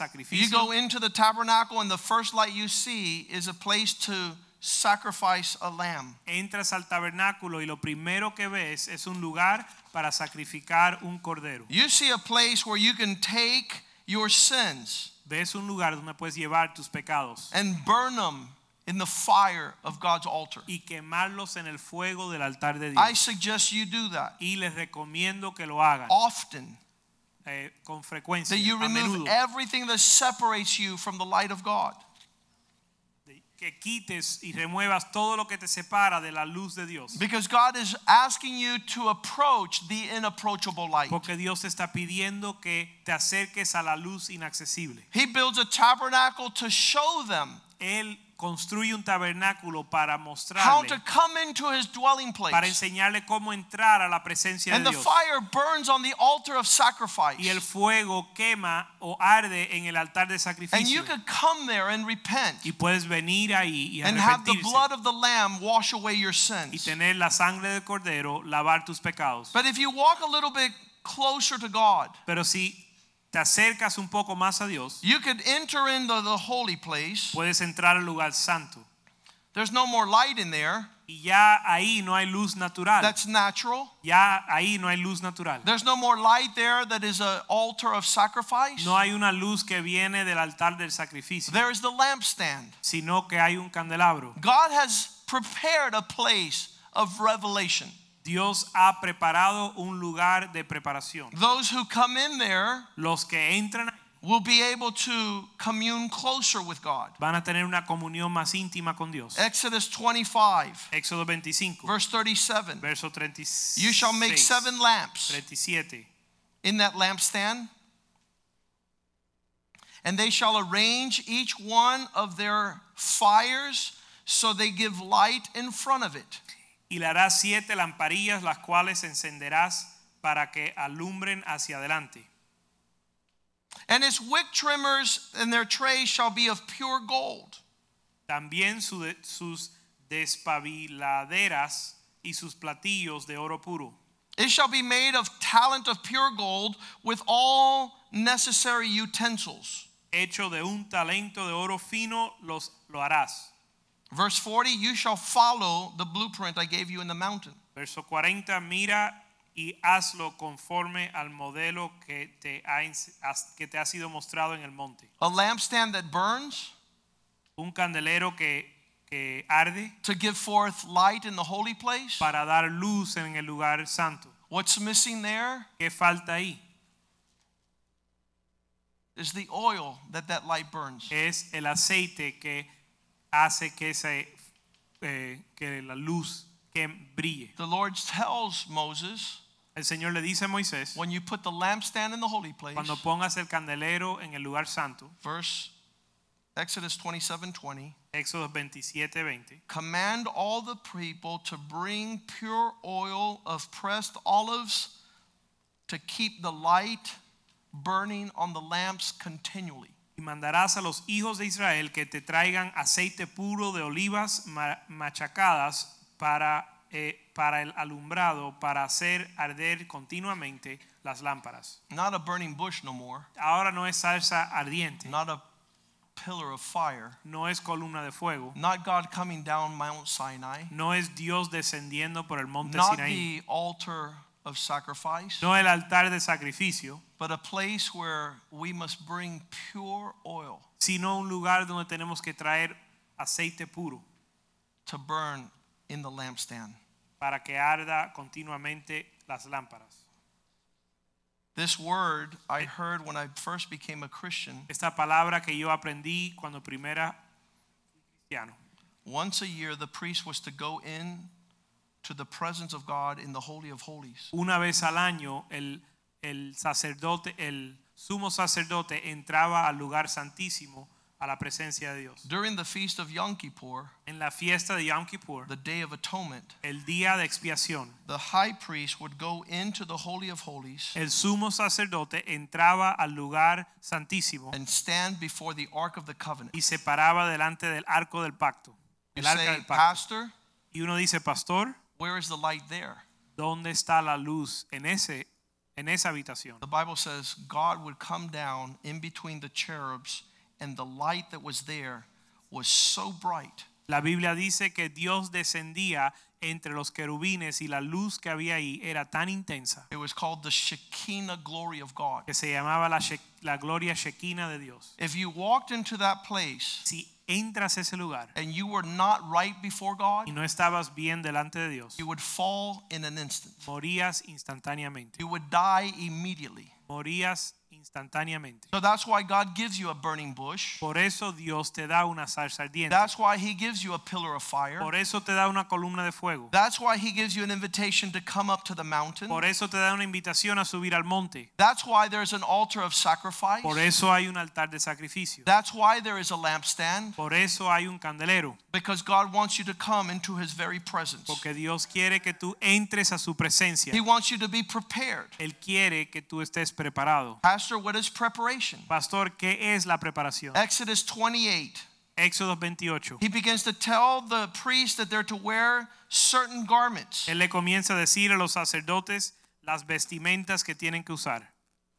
B: sacrificio.
A: into the tabernacle, and the first light you see is a place to sacrifice a lamb.
B: Entras al tabernáculo y lo primero que ves es un lugar para sacrificar un cordero.
A: You see a place where you can take your sins
B: Ves un lugar donde puedes llevar tus pecados
A: and burn them in the fire of God's altar.
B: y quemarlos en el fuego del altar de
A: I
B: Dios.
A: suggest you do that
B: Y les recomiendo que lo hagan
A: often,
B: eh, con frecuencia,
A: that you
B: a
A: remove
B: menudo.
A: everything that separates you from the light of God.
B: que quites y remuevas todo lo que te separa de la luz de Dios.
A: Because God is asking you to approach the inapproachable light.
B: Porque Dios te está pidiendo que te acerques a la luz inaccesible.
A: He builds a tabernacle to show them
B: Él construye un tabernáculo para
A: how to
B: mostrarle,
A: come into his dwelling
B: para
A: place.
B: enseñarle cómo entrar a la presencia
A: And
B: de
A: the
B: Dios.
A: fire burns on the altar of sacrifice.
B: Y el fuego quema o arde en el altar
A: And
B: de
A: you
B: sacrificio.
A: could come there and repent
B: Y puedes venir ahí y
A: and have the
B: arrepentirse
A: blood of the lamb wash away your
B: y
A: sins.
B: tener la sangre del cordero lavar tus pecados.
A: But if you walk a little bit closer to God,
B: Pero si te acercas un poco más a Dios,
A: you could enter into the holy place.
B: puedes entrar al lugar santo.
A: There's no more light in there.
B: Y ya ahí no hay luz natural.
A: That's natural.
B: Ya ahí no hay luz natural.
A: There's no more light there that is an altar of sacrifice.
B: No hay una luz que viene del altar del sacrificio,
A: There is the lampstand.
B: sino que hay un candelabro.
A: God has prepared a place of revelation.
B: Dios ha preparado un lugar de preparación.
A: Those who come in there
B: Los que entran ahí
A: will be able to commune closer with God.
B: van a tener una comunión más íntima con Dios.
A: Exodus 25,
B: Éxodo 25,
A: verse 37.
B: verso 36.
A: You shall make seven lamps
B: 37.
A: in that lampstand, and they shall arrange each one of their fires so they give light in front of it.
B: Y le harás siete lamparillas, las cuales encenderás para que alumbren hacia adelante.
A: And its wick trimmers and their trays shall be of pure gold.
B: También su de- sus despabiladeras y sus platillos de oro puro.
A: It shall be made of talent of pure gold with all necessary utensils.
B: Hecho de un talento de oro fino los, lo harás.
A: Verse 40 You shall follow the blueprint I gave you in the mountain.
B: Verso 40, mira y hazlo conforme al modelo que te ha, ens- has- que te ha sido mostrado en el monte.
A: A lampstand that burns
B: Un candelero que, que arde
A: to give forth light in the holy place.
B: para dar luz en el lugar santo.
A: What's missing there
B: ¿Qué falta ahí?
A: is the oil that that light burns.
B: Es el aceite que hace que, ese, eh, que la luz que brille.
A: The Lord tells Moses,
B: El Señor le dice a Moisés,
A: when you put the lampstand in the holy place,
B: cuando pongas el candelero en el lugar santo,
A: verse Exodus 27 20,
B: Éxodo 27, 20,
A: command all the people to bring pure oil of pressed olives to keep the light burning on the lamps continually.
B: Y mandarás a los hijos de Israel que te traigan aceite puro de olivas ma- machacadas para, eh, para el alumbrado, para hacer arder continuamente las lámparas.
A: Not a burning bush no more,
B: Ahora no es salsa ardiente,
A: not a pillar of fire,
B: no es columna de fuego,
A: not God coming down Mount Sinai.
B: no es Dios descendiendo por el monte
A: not
B: Sinaí,
A: the altar of sacrifice,
B: no el altar de sacrificio,
A: but a place where we must bring pure oil
B: sino un lugar donde tenemos que traer aceite puro
A: to burn in the lampstand.
B: para que arda continuamente las lámparas.
A: This word I heard when I first became a Christian.
B: Esta palabra que yo aprendí cuando primera cristiano.
A: Once a year, the priest was to go in to the presence of God in the Holy of Holies.
B: Una vez al año el, el sacerdote, el sumo sacerdote entraba al lugar santísimo a la presencia de Dios.
A: During the feast of Yom Kippur,
B: En la fiesta de Yom Kippur,
A: the Day of Atonement,
B: el día de expiación,
A: the high priest would go into the Holy of Holies
B: el sumo sacerdote entraba al lugar santísimo
A: and stand before the Ark of the Covenant.
B: y se paraba delante del arco del pacto.
A: You
B: El arca
A: say,
B: del pacto.
A: Pastor,
B: Y uno dice, pastor,
A: where is the light there?
B: ¿dónde está la luz en ese en esa habitación?
A: The Bible says God would come down in between the cherubs, and the light that was there was so bright
B: La Biblia dice que Dios descendía entre los querubines y la luz que había ahí era tan intensa
A: It was called the Shekinah glory of God.
B: que se llamaba la, she- la gloria shequina de Dios.
A: If you walked into that place
B: Si entras a ese lugar
A: and you were not right before God,
B: y no estabas bien delante de Dios,
A: you would fall in an instant.
B: morías instantáneamente.
A: You would die immediately.
B: Morías instantáneamente.
A: So that's why God gives you a burning bush.
B: Por eso Dios te da una salsa ardiente.
A: That's why He gives you a pillar of fire.
B: Por eso te da una columna de fuego.
A: That's why He gives you an invitation to come up to the mountain.
B: Por eso te da una invitación a subir al monte.
A: That's why there's an altar of sacrifice.
B: Por eso hay un altar de sacrificio.
A: That's why there is a lampstand.
B: Por eso hay un candelero.
A: Because God wants you to come into His very presence.
B: Porque Dios quiere que tú entres a su presencia.
A: He wants you to be prepared.
B: Él quiere que tú estés preparado.
A: Pastor, what is preparation?
B: Pastor, ¿qué es la preparación?
A: Exodus 28.
B: Éxodo 28.
A: He begins to tell the priests that they're to wear certain garments.
B: Él le comienza a decir a los sacerdotes las vestimentas que tienen que usar.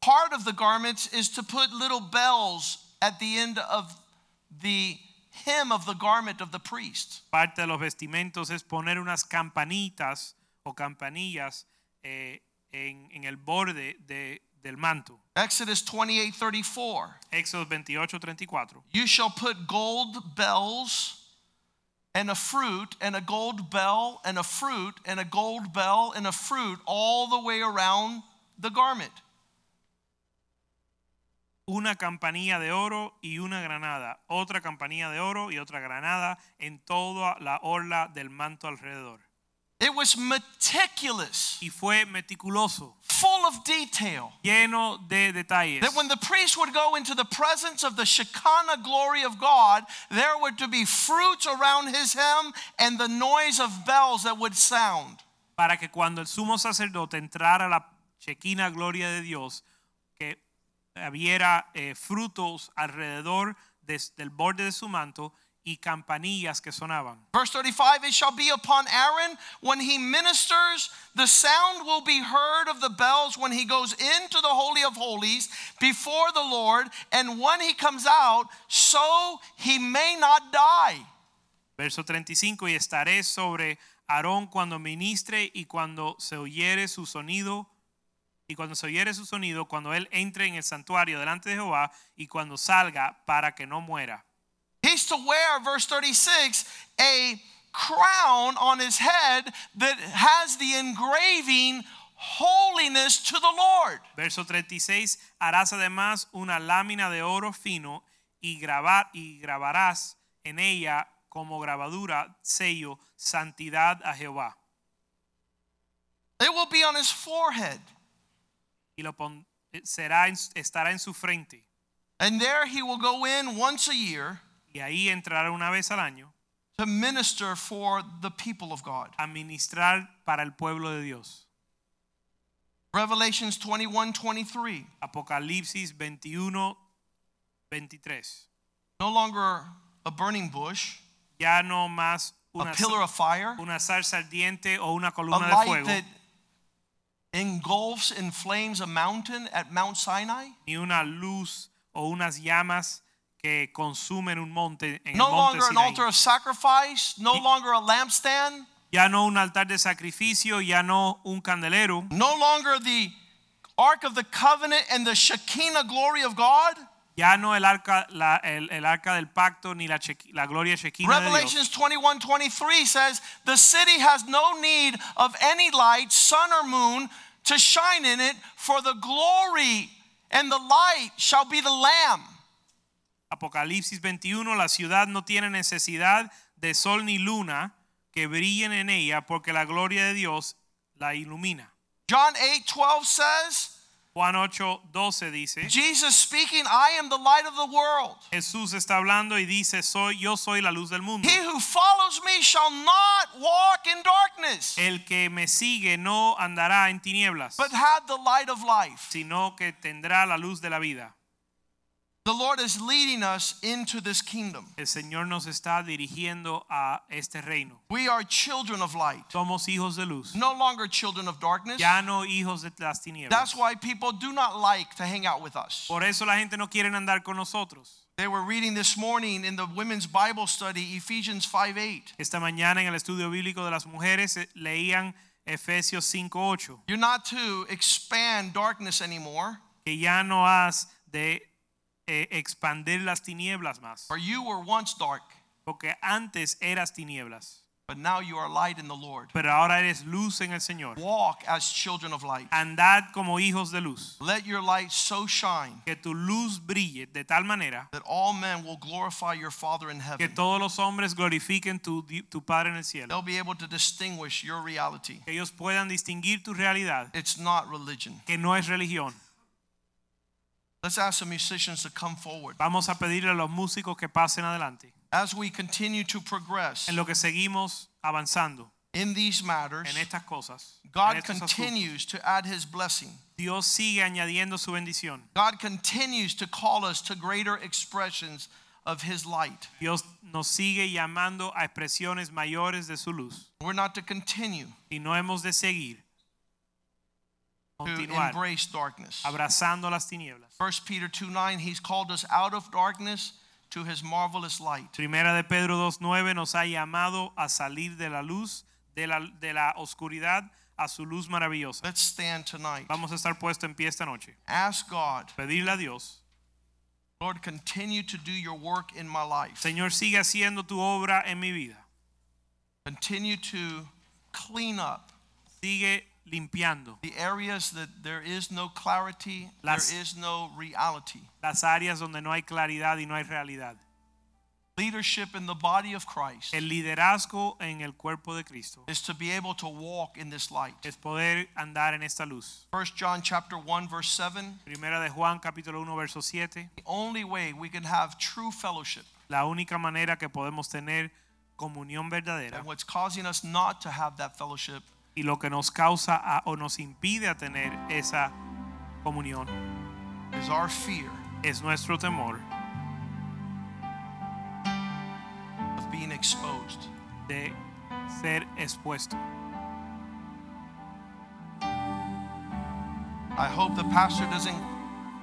A: Part of the garments is to put little bells at the end of the hem of the garment of the priest.
B: Parte de los vestimentos es poner unas campanitas o campanillas eh, en, en el borde de- del manto.
A: Exodus 28 34.
B: Éxodo 28, 34.
A: You shall put gold bells and a fruit, and a gold bell, and a fruit, and a gold bell, and a fruit all the way around the garment.
B: una campanilla de oro y una granada, otra campanilla de oro y otra granada en toda la orla del manto alrededor.
A: It was meticulous,
B: Y fue meticuloso,
A: full of detail.
B: lleno de detalles.
A: That when the priest would go into the presence of the Shekinah glory of God, there were to be fruits around his hem and the noise of bells that would sound.
B: Para que cuando el sumo sacerdote entrara a la chequina gloria de Dios, que hubiera eh, frutos alrededor des- del borde de su manto y campanillas que sonaban.
A: Verse 35 It shall be upon Aaron when he ministers, the sound will be heard of the bells when he goes into the Holy of Holies before the Lord, and when he comes out, so he may not die.
B: Verso 35, y estaré sobre Aarón cuando ministre y cuando se oyere su sonido, y cuando se oyere su sonido, cuando él entre en el santuario delante de Jehová y cuando salga para que no muera.
A: He's to wear, verse 36, a crown on his head that has the engraving holiness to the Lord.
B: Verso 36, harás además una lámina de oro fino y, grabar, y grabarás en ella como grabadura, sello, santidad a Jehová.
A: It will be on his forehead,
B: Y lo pon- eh, será, en- estará en su frente.
A: and there he will go in once a year.
B: Y ahí entrará una vez al año
A: to minister for the people of God.
B: a ministrar para el pueblo de Dios.
A: Revelations 21 23.
B: Apocalipsis 21, 23.
A: No longer a burning bush,
B: Ya no más
A: a
B: una,
A: pillar of fire,
B: una salsa ardiente o una
A: a
B: columna de
A: light
B: fuego,
A: that engulfs in flames a mountain at Mount Sinai.
B: ni una luz o unas llamas que consumen un monte en
A: No
B: el monte
A: longer an
B: Sinaí.
A: altar of sacrifice, no longer a lampstand,
B: Ya no un altar de sacrificio, ya no un candelero,
A: no longer the Ark of the Covenant and the Shekinah glory of God.
B: Ya no el arca, la- el, el arca del pacto ni la, chequi- la gloria chequina de Dios.
A: Revelations 21 23 says, The city has no need of any light, sun or moon, to shine in it, for the glory and the light shall be the Lamb.
B: Apocalipsis 21, la ciudad no tiene necesidad de sol ni luna que brillen en ella porque la gloria de Dios la ilumina.
A: John 8 12 says,
B: Juan 8, 12 dice,
A: Jesus speaking, I am the light of the world.
B: Jesús está hablando y dice, soy, yo soy la luz del mundo.
A: He who follows me shall not walk in darkness,
B: El que me sigue no andará en tinieblas,
A: but have the light of life.
B: sino que tendrá la luz de la vida.
A: The Lord is leading us into this kingdom.
B: El Señor nos está dirigiendo a este reino.
A: We are children of light,
B: Somos hijos de luz,
A: no longer children of darkness.
B: ya no hijos de las tinieblas.
A: That's why people do not like to hang out with us.
B: Por eso la gente no quiere andar con nosotros.
A: They were reading this morning in the women's Bible study Ephesians 5 8.
B: Esta mañana en el estudio bíblico de las mujeres eh, leían Efesios 5:8,
A: You're not to expand darkness anymore,
B: que ya no has de eh, expandir las tinieblas más,
A: for you were once dark,
B: porque antes eras tinieblas,
A: but now you are light in the Lord.
B: pero ahora eres luz en el Señor.
A: Walk as children of light.
B: Andad como hijos de luz,
A: Let your light so shine
B: que tu luz brille de tal manera
A: that all men will glorify your Father in
B: que
A: heaven.
B: todos los hombres glorifiquen tu, di- tu Padre en el cielo,
A: They'll be able to distinguish your reality.
B: que ellos puedan distinguir tu realidad,
A: It's not religion.
B: que no es religión.
A: Let's ask the musicians to come forward.
B: Vamos a pedirle a los músicos que pasen adelante,
A: As we continue to progress
B: en lo que seguimos avanzando.
A: in these matters,
B: en estas cosas. en
A: God
B: estos asuntos.
A: continues to add his blessing.
B: Dios sigue añadiendo su bendición.
A: God continues to call us to greater expressions of his light.
B: Dios nos sigue llamando a expresiones mayores de su luz.
A: We're not to continue
B: Y no hemos de seguir
A: to
B: continuar
A: embrace darkness.
B: abrazando las tinieblas.
A: 1 Peter 2 9, he's called us out of darkness to his marvelous light.
B: Primera de Pedro 2.9 nos ha llamado a salir de la luz, de la, de la oscuridad, a su luz maravillosa.
A: Let's stand tonight.
B: Vamos a estar puesto en pie esta noche.
A: Ask God,
B: Pedirle a Dios,
A: Lord, continue to do your work in my life.
B: Señor, sigue haciendo tu obra en mi vida.
A: Continue to clean up
B: Sigue limpiando
A: the areas that there is no clarity, there
B: Las-
A: is no reality.
B: las áreas donde no hay claridad y no hay realidad.
A: Leadership in the body of Christ
B: El liderazgo en el cuerpo de Cristo
A: is to be able to walk in this light.
B: es poder andar en esta luz.
A: 1 John chapter 1 verse 7
B: Primera de Juan capítulo 1 verso 7.
A: the only way we can have true fellowship
B: La única manera que podemos tener comunión verdadera
A: and what's causing us not to have that fellowship
B: y lo que nos causa a- o nos impide a tener esa comunión
A: is our fear
B: es nuestro temor
A: of being exposed
B: de ser expuesto.
A: i hope the pastor doesn't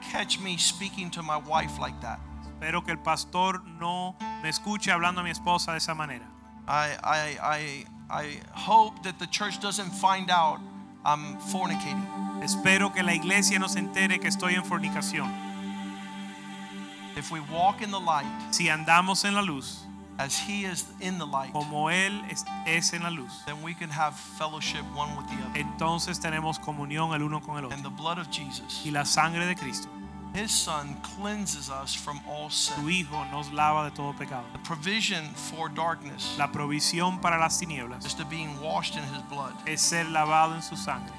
A: catch me speaking to my wife like that
B: Espero que el pastor no me escuche hablando a mi esposa de esa manera.
A: i i i, I hope that the church doesn't find out i'm fornicating
B: Espero que la iglesia no se entere que estoy en fornicación.
A: if we walk in the light
B: Si andamos en la luz,
A: as he is in the light
B: como Él es- es en la luz,
A: then we can have fellowship one with the other
B: entonces tenemos comunión el uno con el
A: and
B: otro.
A: the blood of jesus
B: Y la sangre de Cristo,
A: his son cleanses us from all sin
B: su Hijo, nos lava de todo pecado.
A: The provision for darkness
B: La provisión para las tinieblas
A: is to being washed in his blood.
B: es ser lavado en su sangre.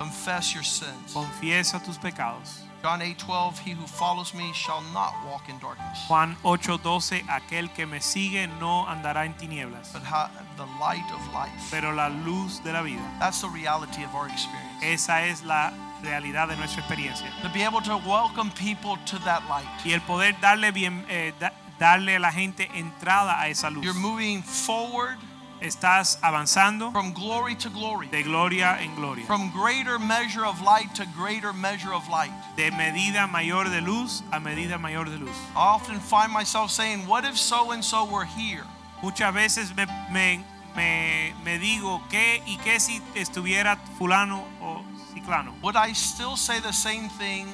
A: Confess your sins.
B: Confiesa tus pecados.
A: John 8 12, he who follows me shall not walk in darkness,
B: Juan 8:12, aquel que me sigue no andará en tinieblas,
A: but ha- the light of life.
B: pero la luz de la vida.
A: That's the reality of our experience.
B: Esa es la realidad de nuestra experiencia.
A: To be able to welcome people to that light.
B: Y el poder darle, bien, eh, da- darle a la gente entrada a esa luz.
A: You're moving forward
B: Estás avanzando
A: from glory to glory,
B: de gloria en gloria.
A: from greater measure of light to greater measure of light.
B: de medida mayor de luz a medida mayor de luz.
A: I often find myself saying, What if so and so were here?
B: Muchas veces me, me- me- me digo, ¿qué y qué si estuviera fulano o ciclano?
A: Would I still say the same thing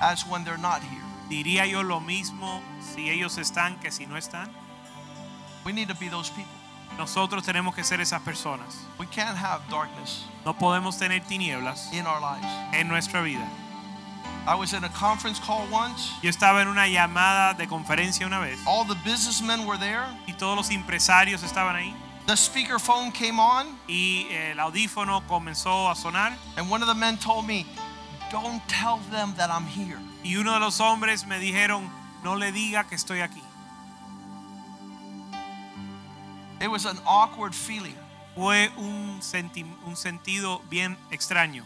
A: as when they're not here.
B: Diría yo lo mismo si ellos están que si no están.
A: We need to be those people.
B: Nosotros tenemos que ser esas personas.
A: We can't have darkness
B: No podemos tener tinieblas
A: in our lives.
B: en nuestra vida.
A: I was in a conference call once.
B: Yo estaba en una llamada de conferencia una vez
A: All the businessmen were there.
B: y todos los empresarios estaban ahí
A: The speaker phone came on,
B: y el audífono comenzó a sonar
A: and one of the men told me, "Don't tell them that I'm here."
B: y uno de los hombres me dijeron, no le diga que estoy aquí.
A: It was an awkward feeling.
B: Fue un, senti- un sentido bien extraño.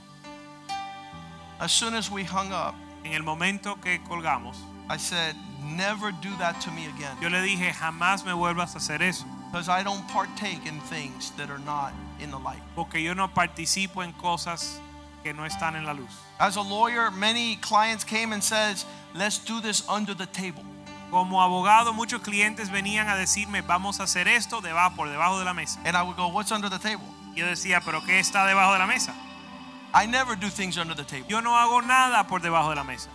A: As soon as we hung up,
B: En el momento que colgamos,
A: I said, "Never do that to me again."
B: yo le dije, jamás me vuelvas a hacer eso,
A: Because I don't partake in things that are not in the light.
B: porque yo no participo en cosas que no están en la luz.
A: As a lawyer, many clients came and says, "Let's do this under the table."
B: Como abogado, muchos clientes venían a decirme, vamos a hacer esto debajo, por debajo de la mesa.
A: And I would go, "What's under the table?"
B: Yo decía, pero ¿qué está debajo de la mesa?
A: I never do things under the table.
B: Yo no hago nada por debajo de la mesa.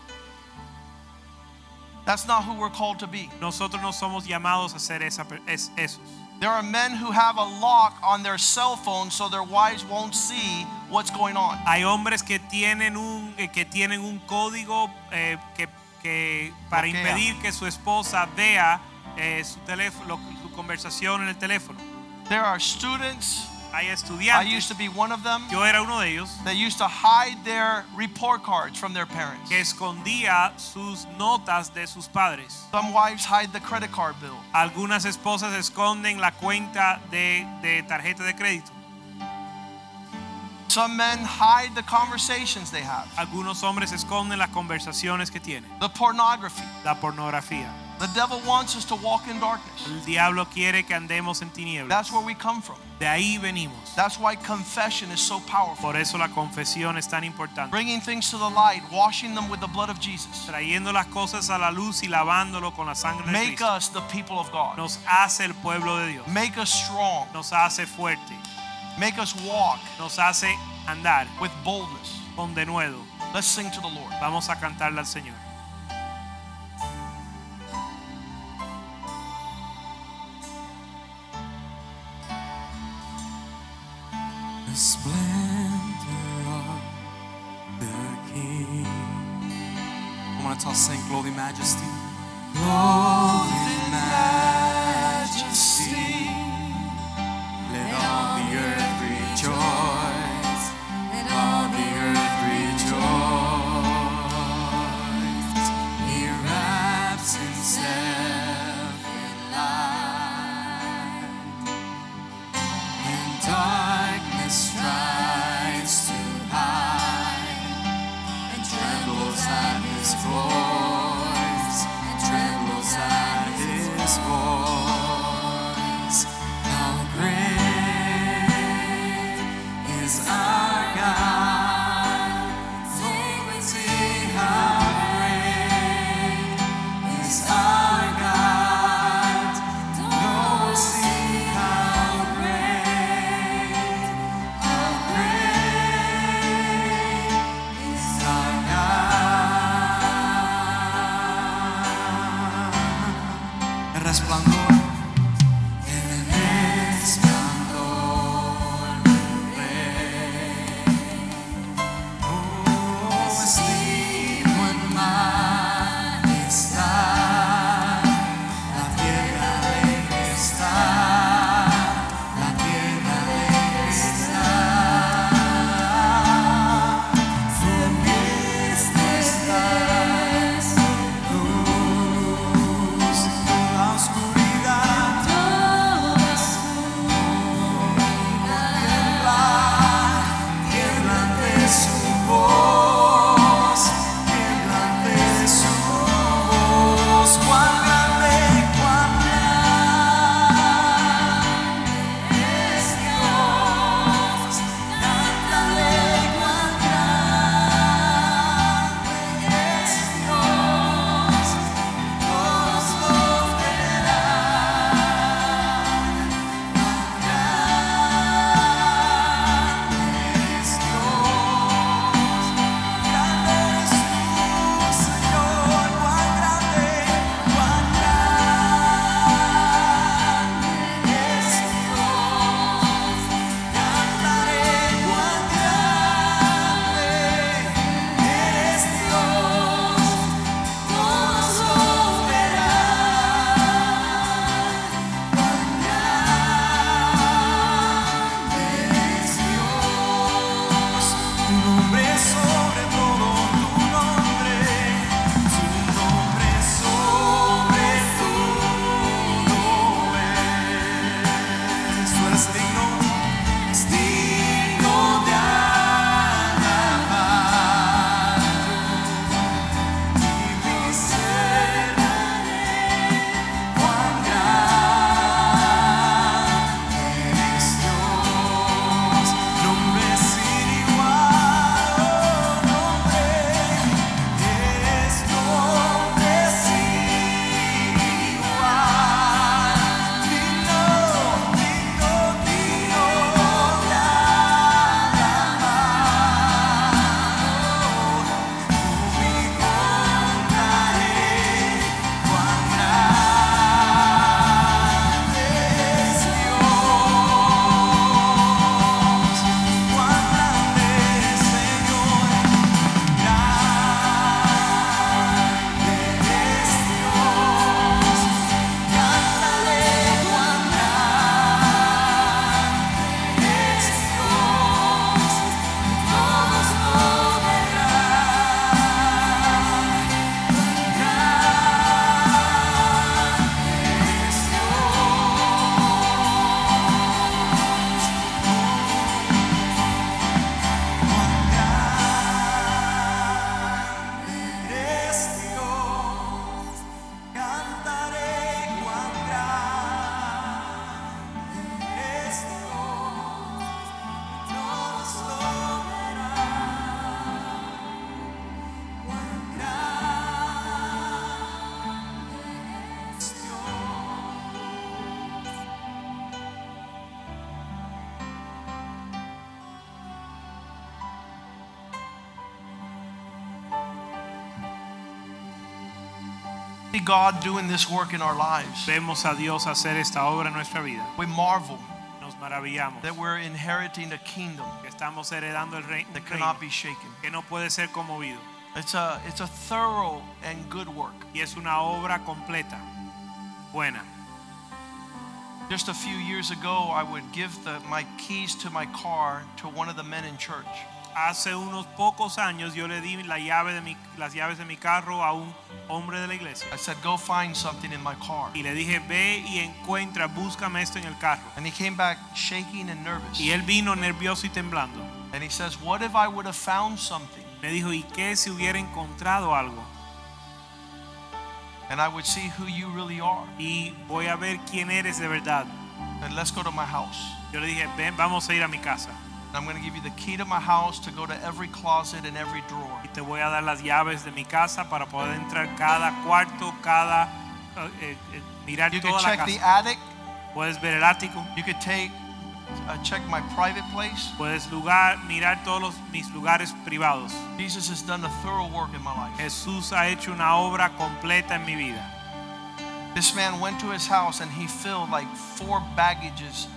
A: That's not who we're called to be.
B: Nosotros no somos llamados a ser esa, per- es, esos.
A: There are men who have a lock on their cell phone so their wives won't see what's going on.
B: Hay hombres que tienen un, eh, que tienen un código eh, que, que para
A: Bloquea.
B: impedir que su esposa vea eh, su, teléfono, lo- su conversación en el teléfono.
A: There are students,
B: Hay
A: I used
B: estudiantes,
A: to be one of them,
B: yo era uno de ellos,
A: that used to hide their report cards from their parents.
B: que escondía sus notas de sus padres.
A: Some wives hide the credit card bill.
B: Algunas esposas esconden la cuenta de, de tarjeta de crédito.
A: Some men hide the conversations they have,
B: Algunos hombres esconden las conversaciones que tienen.
A: the pornography.
B: La pornografía.
A: The devil wants us to walk in darkness.
B: El diablo quiere que andemos en tinieblas.
A: That's where we come from.
B: De ahí venimos.
A: That's why confession is so powerful.
B: Por eso la confesión es tan importante.
A: Bringing things to the light, washing them with the blood of Jesus.
B: Trayendo las cosas a la luz y lavándolo con la sangre de
A: Make
B: Cristo.
A: us the people of God.
B: Nos hace el pueblo de Dios.
A: Make us strong.
B: Nos hace fuerte.
A: Make us walk
B: Nos hace andar
A: with boldness.
B: con denuedo.
A: Let's sing to the Lord.
B: Vamos a cantarle al Señor.
C: The splendor of the King. I want to tell Saint Glory Majesty. Glory Majesty. Let all the earth rejoice. Let all the earth rejoice. He wraps himself in light and darkness tries to hide and trembles at his voice and trembles at
A: see God doing this work in our lives.
B: Vemos a Dios hacer esta obra en nuestra vida.
A: We marvel
B: Nos maravillamos
A: that we're inheriting a kingdom
B: que estamos heredando el rei-
A: that
B: reino
A: cannot be shaken.
B: que no puede ser conmovido.
A: It's a, it's a thorough and good work.
B: Y es una obra completa, buena.
A: Just a few years ago, I would give the, my keys to my car to one of the men in church.
B: Hace unos pocos años yo le di la llave de mi- las llaves de mi carro a un hombre de la iglesia.
A: I said, Go find something in my car.
B: Y le dije, ve y encuentra, búscame esto en el carro.
A: And he came back shaking and nervous.
B: Y él vino nervioso y temblando.
A: And he says, What if I would have found something?
B: Me dijo, ¿y qué si hubiera encontrado algo?
A: And I would see who you really are.
B: Y voy a ver quién eres de verdad.
A: And let's go to my house.
B: Yo le dije, ven, vamos a ir a mi casa.
A: And I'm going to give you the key to my house to go to every closet and every drawer.
B: Y te voy a dar las llaves de mi casa para poder entrar cada cuarto, cada... eh, eh, mirar
A: You could
B: toda la
A: check
B: casa.
A: the attic.
B: Puedes ver el ático.
A: You could take, uh, check my private place.
B: Puedes lugar, mirar todos los- mis lugares privados.
A: Jesus has done a thorough work in my life.
B: Jesús ha hecho una obra completa en mi vida.
A: This man went to his house and he filled like four baggages,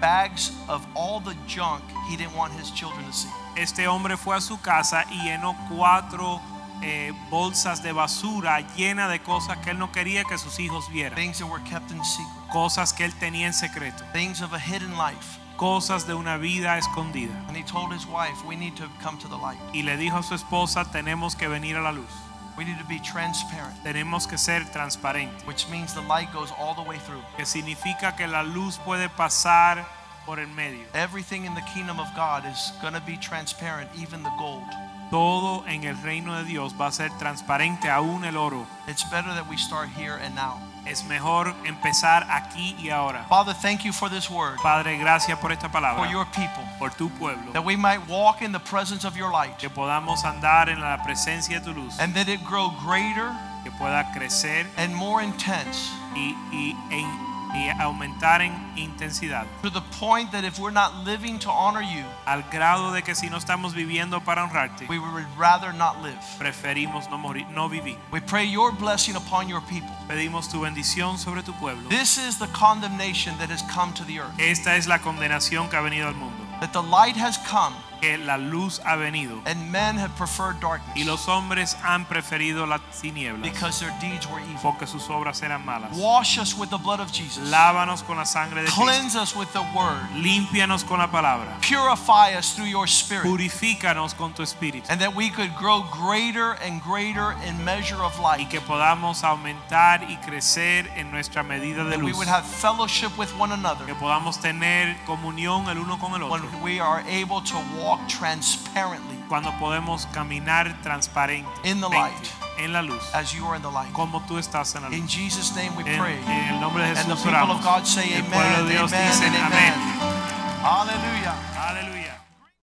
A: bags of all the junk he didn't want his children to see.
B: Este hombre fue a su casa y llenó cuatro eh, bolsas de basura llena de cosas que él no quería que sus hijos vieran.
A: Things that were kept in secret,
B: Cosas que él tenía en secreto.
A: things of a hidden life.
B: Cosas de una vida escondida.
A: And he told his wife, We need to come to the light.
B: Y le dijo a su esposa, tenemos que venir a la luz.
A: We need to be transparent,
B: Tenemos que ser transparentes.
A: which means the light goes all the way through.
B: Que significa que la luz puede pasar por el medio.
A: Everything in the kingdom of God is going to be transparent, even the gold.
B: Todo en el reino de Dios va a ser transparente, aún el oro.
A: It's better that we start here and now.
B: Es mejor empezar aquí y ahora.
A: Father, thank you for this word,
B: Padre, gracias por esta
A: for
B: palabra,
A: your people,
B: por tu pueblo,
A: that we might walk in the presence of your light.
B: que podamos andar en la presencia de tu luz,
A: and that it grow greater
B: que pueda crecer
A: and more intense
B: y, y- e- y aumentar en intensidad,
A: to the point that if we're not living to honor you,
B: al grado de que si no estamos viviendo para honrarte,
A: we would rather not live.
B: preferimos no morir, no vivir.
A: We pray your blessing upon your people.
B: Pedimos tu bendición sobre tu pueblo.
A: This is the condemnation that has come to the earth.
B: Esta es la condenación que ha venido al mundo,
A: That the light has come
B: que la luz ha venido
A: and men have preferred
B: y
A: darkness
B: los hombres han preferido la tiniebla
A: because their deeds were evil.
B: porque sus obras eran malas.
A: Wash us with the blood of Jesus.
B: Lávanos con la sangre de Cristo.
A: Cleanse us with the word.
B: Límpianos con la palabra.
A: Purify us through your spirit.
B: Purifícanos con tu espíritu.
A: And that we could grow greater and greater in measure of
B: Y
A: light.
B: que podamos aumentar y crecer en nuestra medida de
A: That we
B: luz.
A: would have fellowship with one another.
B: Que podamos tener comunión el uno con el otro.
A: when we are able to walk transparently
B: Cuando podemos caminar transparente
A: In the light.
B: en la luz.
A: as you are in the light.
B: Como tú estás en la
A: In
B: luz.
A: Jesus' name we
B: En,
A: pray.
B: en el nombre de
A: And the
B: Jesús
A: people of
B: oramos.
A: God say
B: El
A: amen,
B: pueblo de
A: amen,
B: Dios dice
A: and amen.
B: amén.
A: Hallelujah.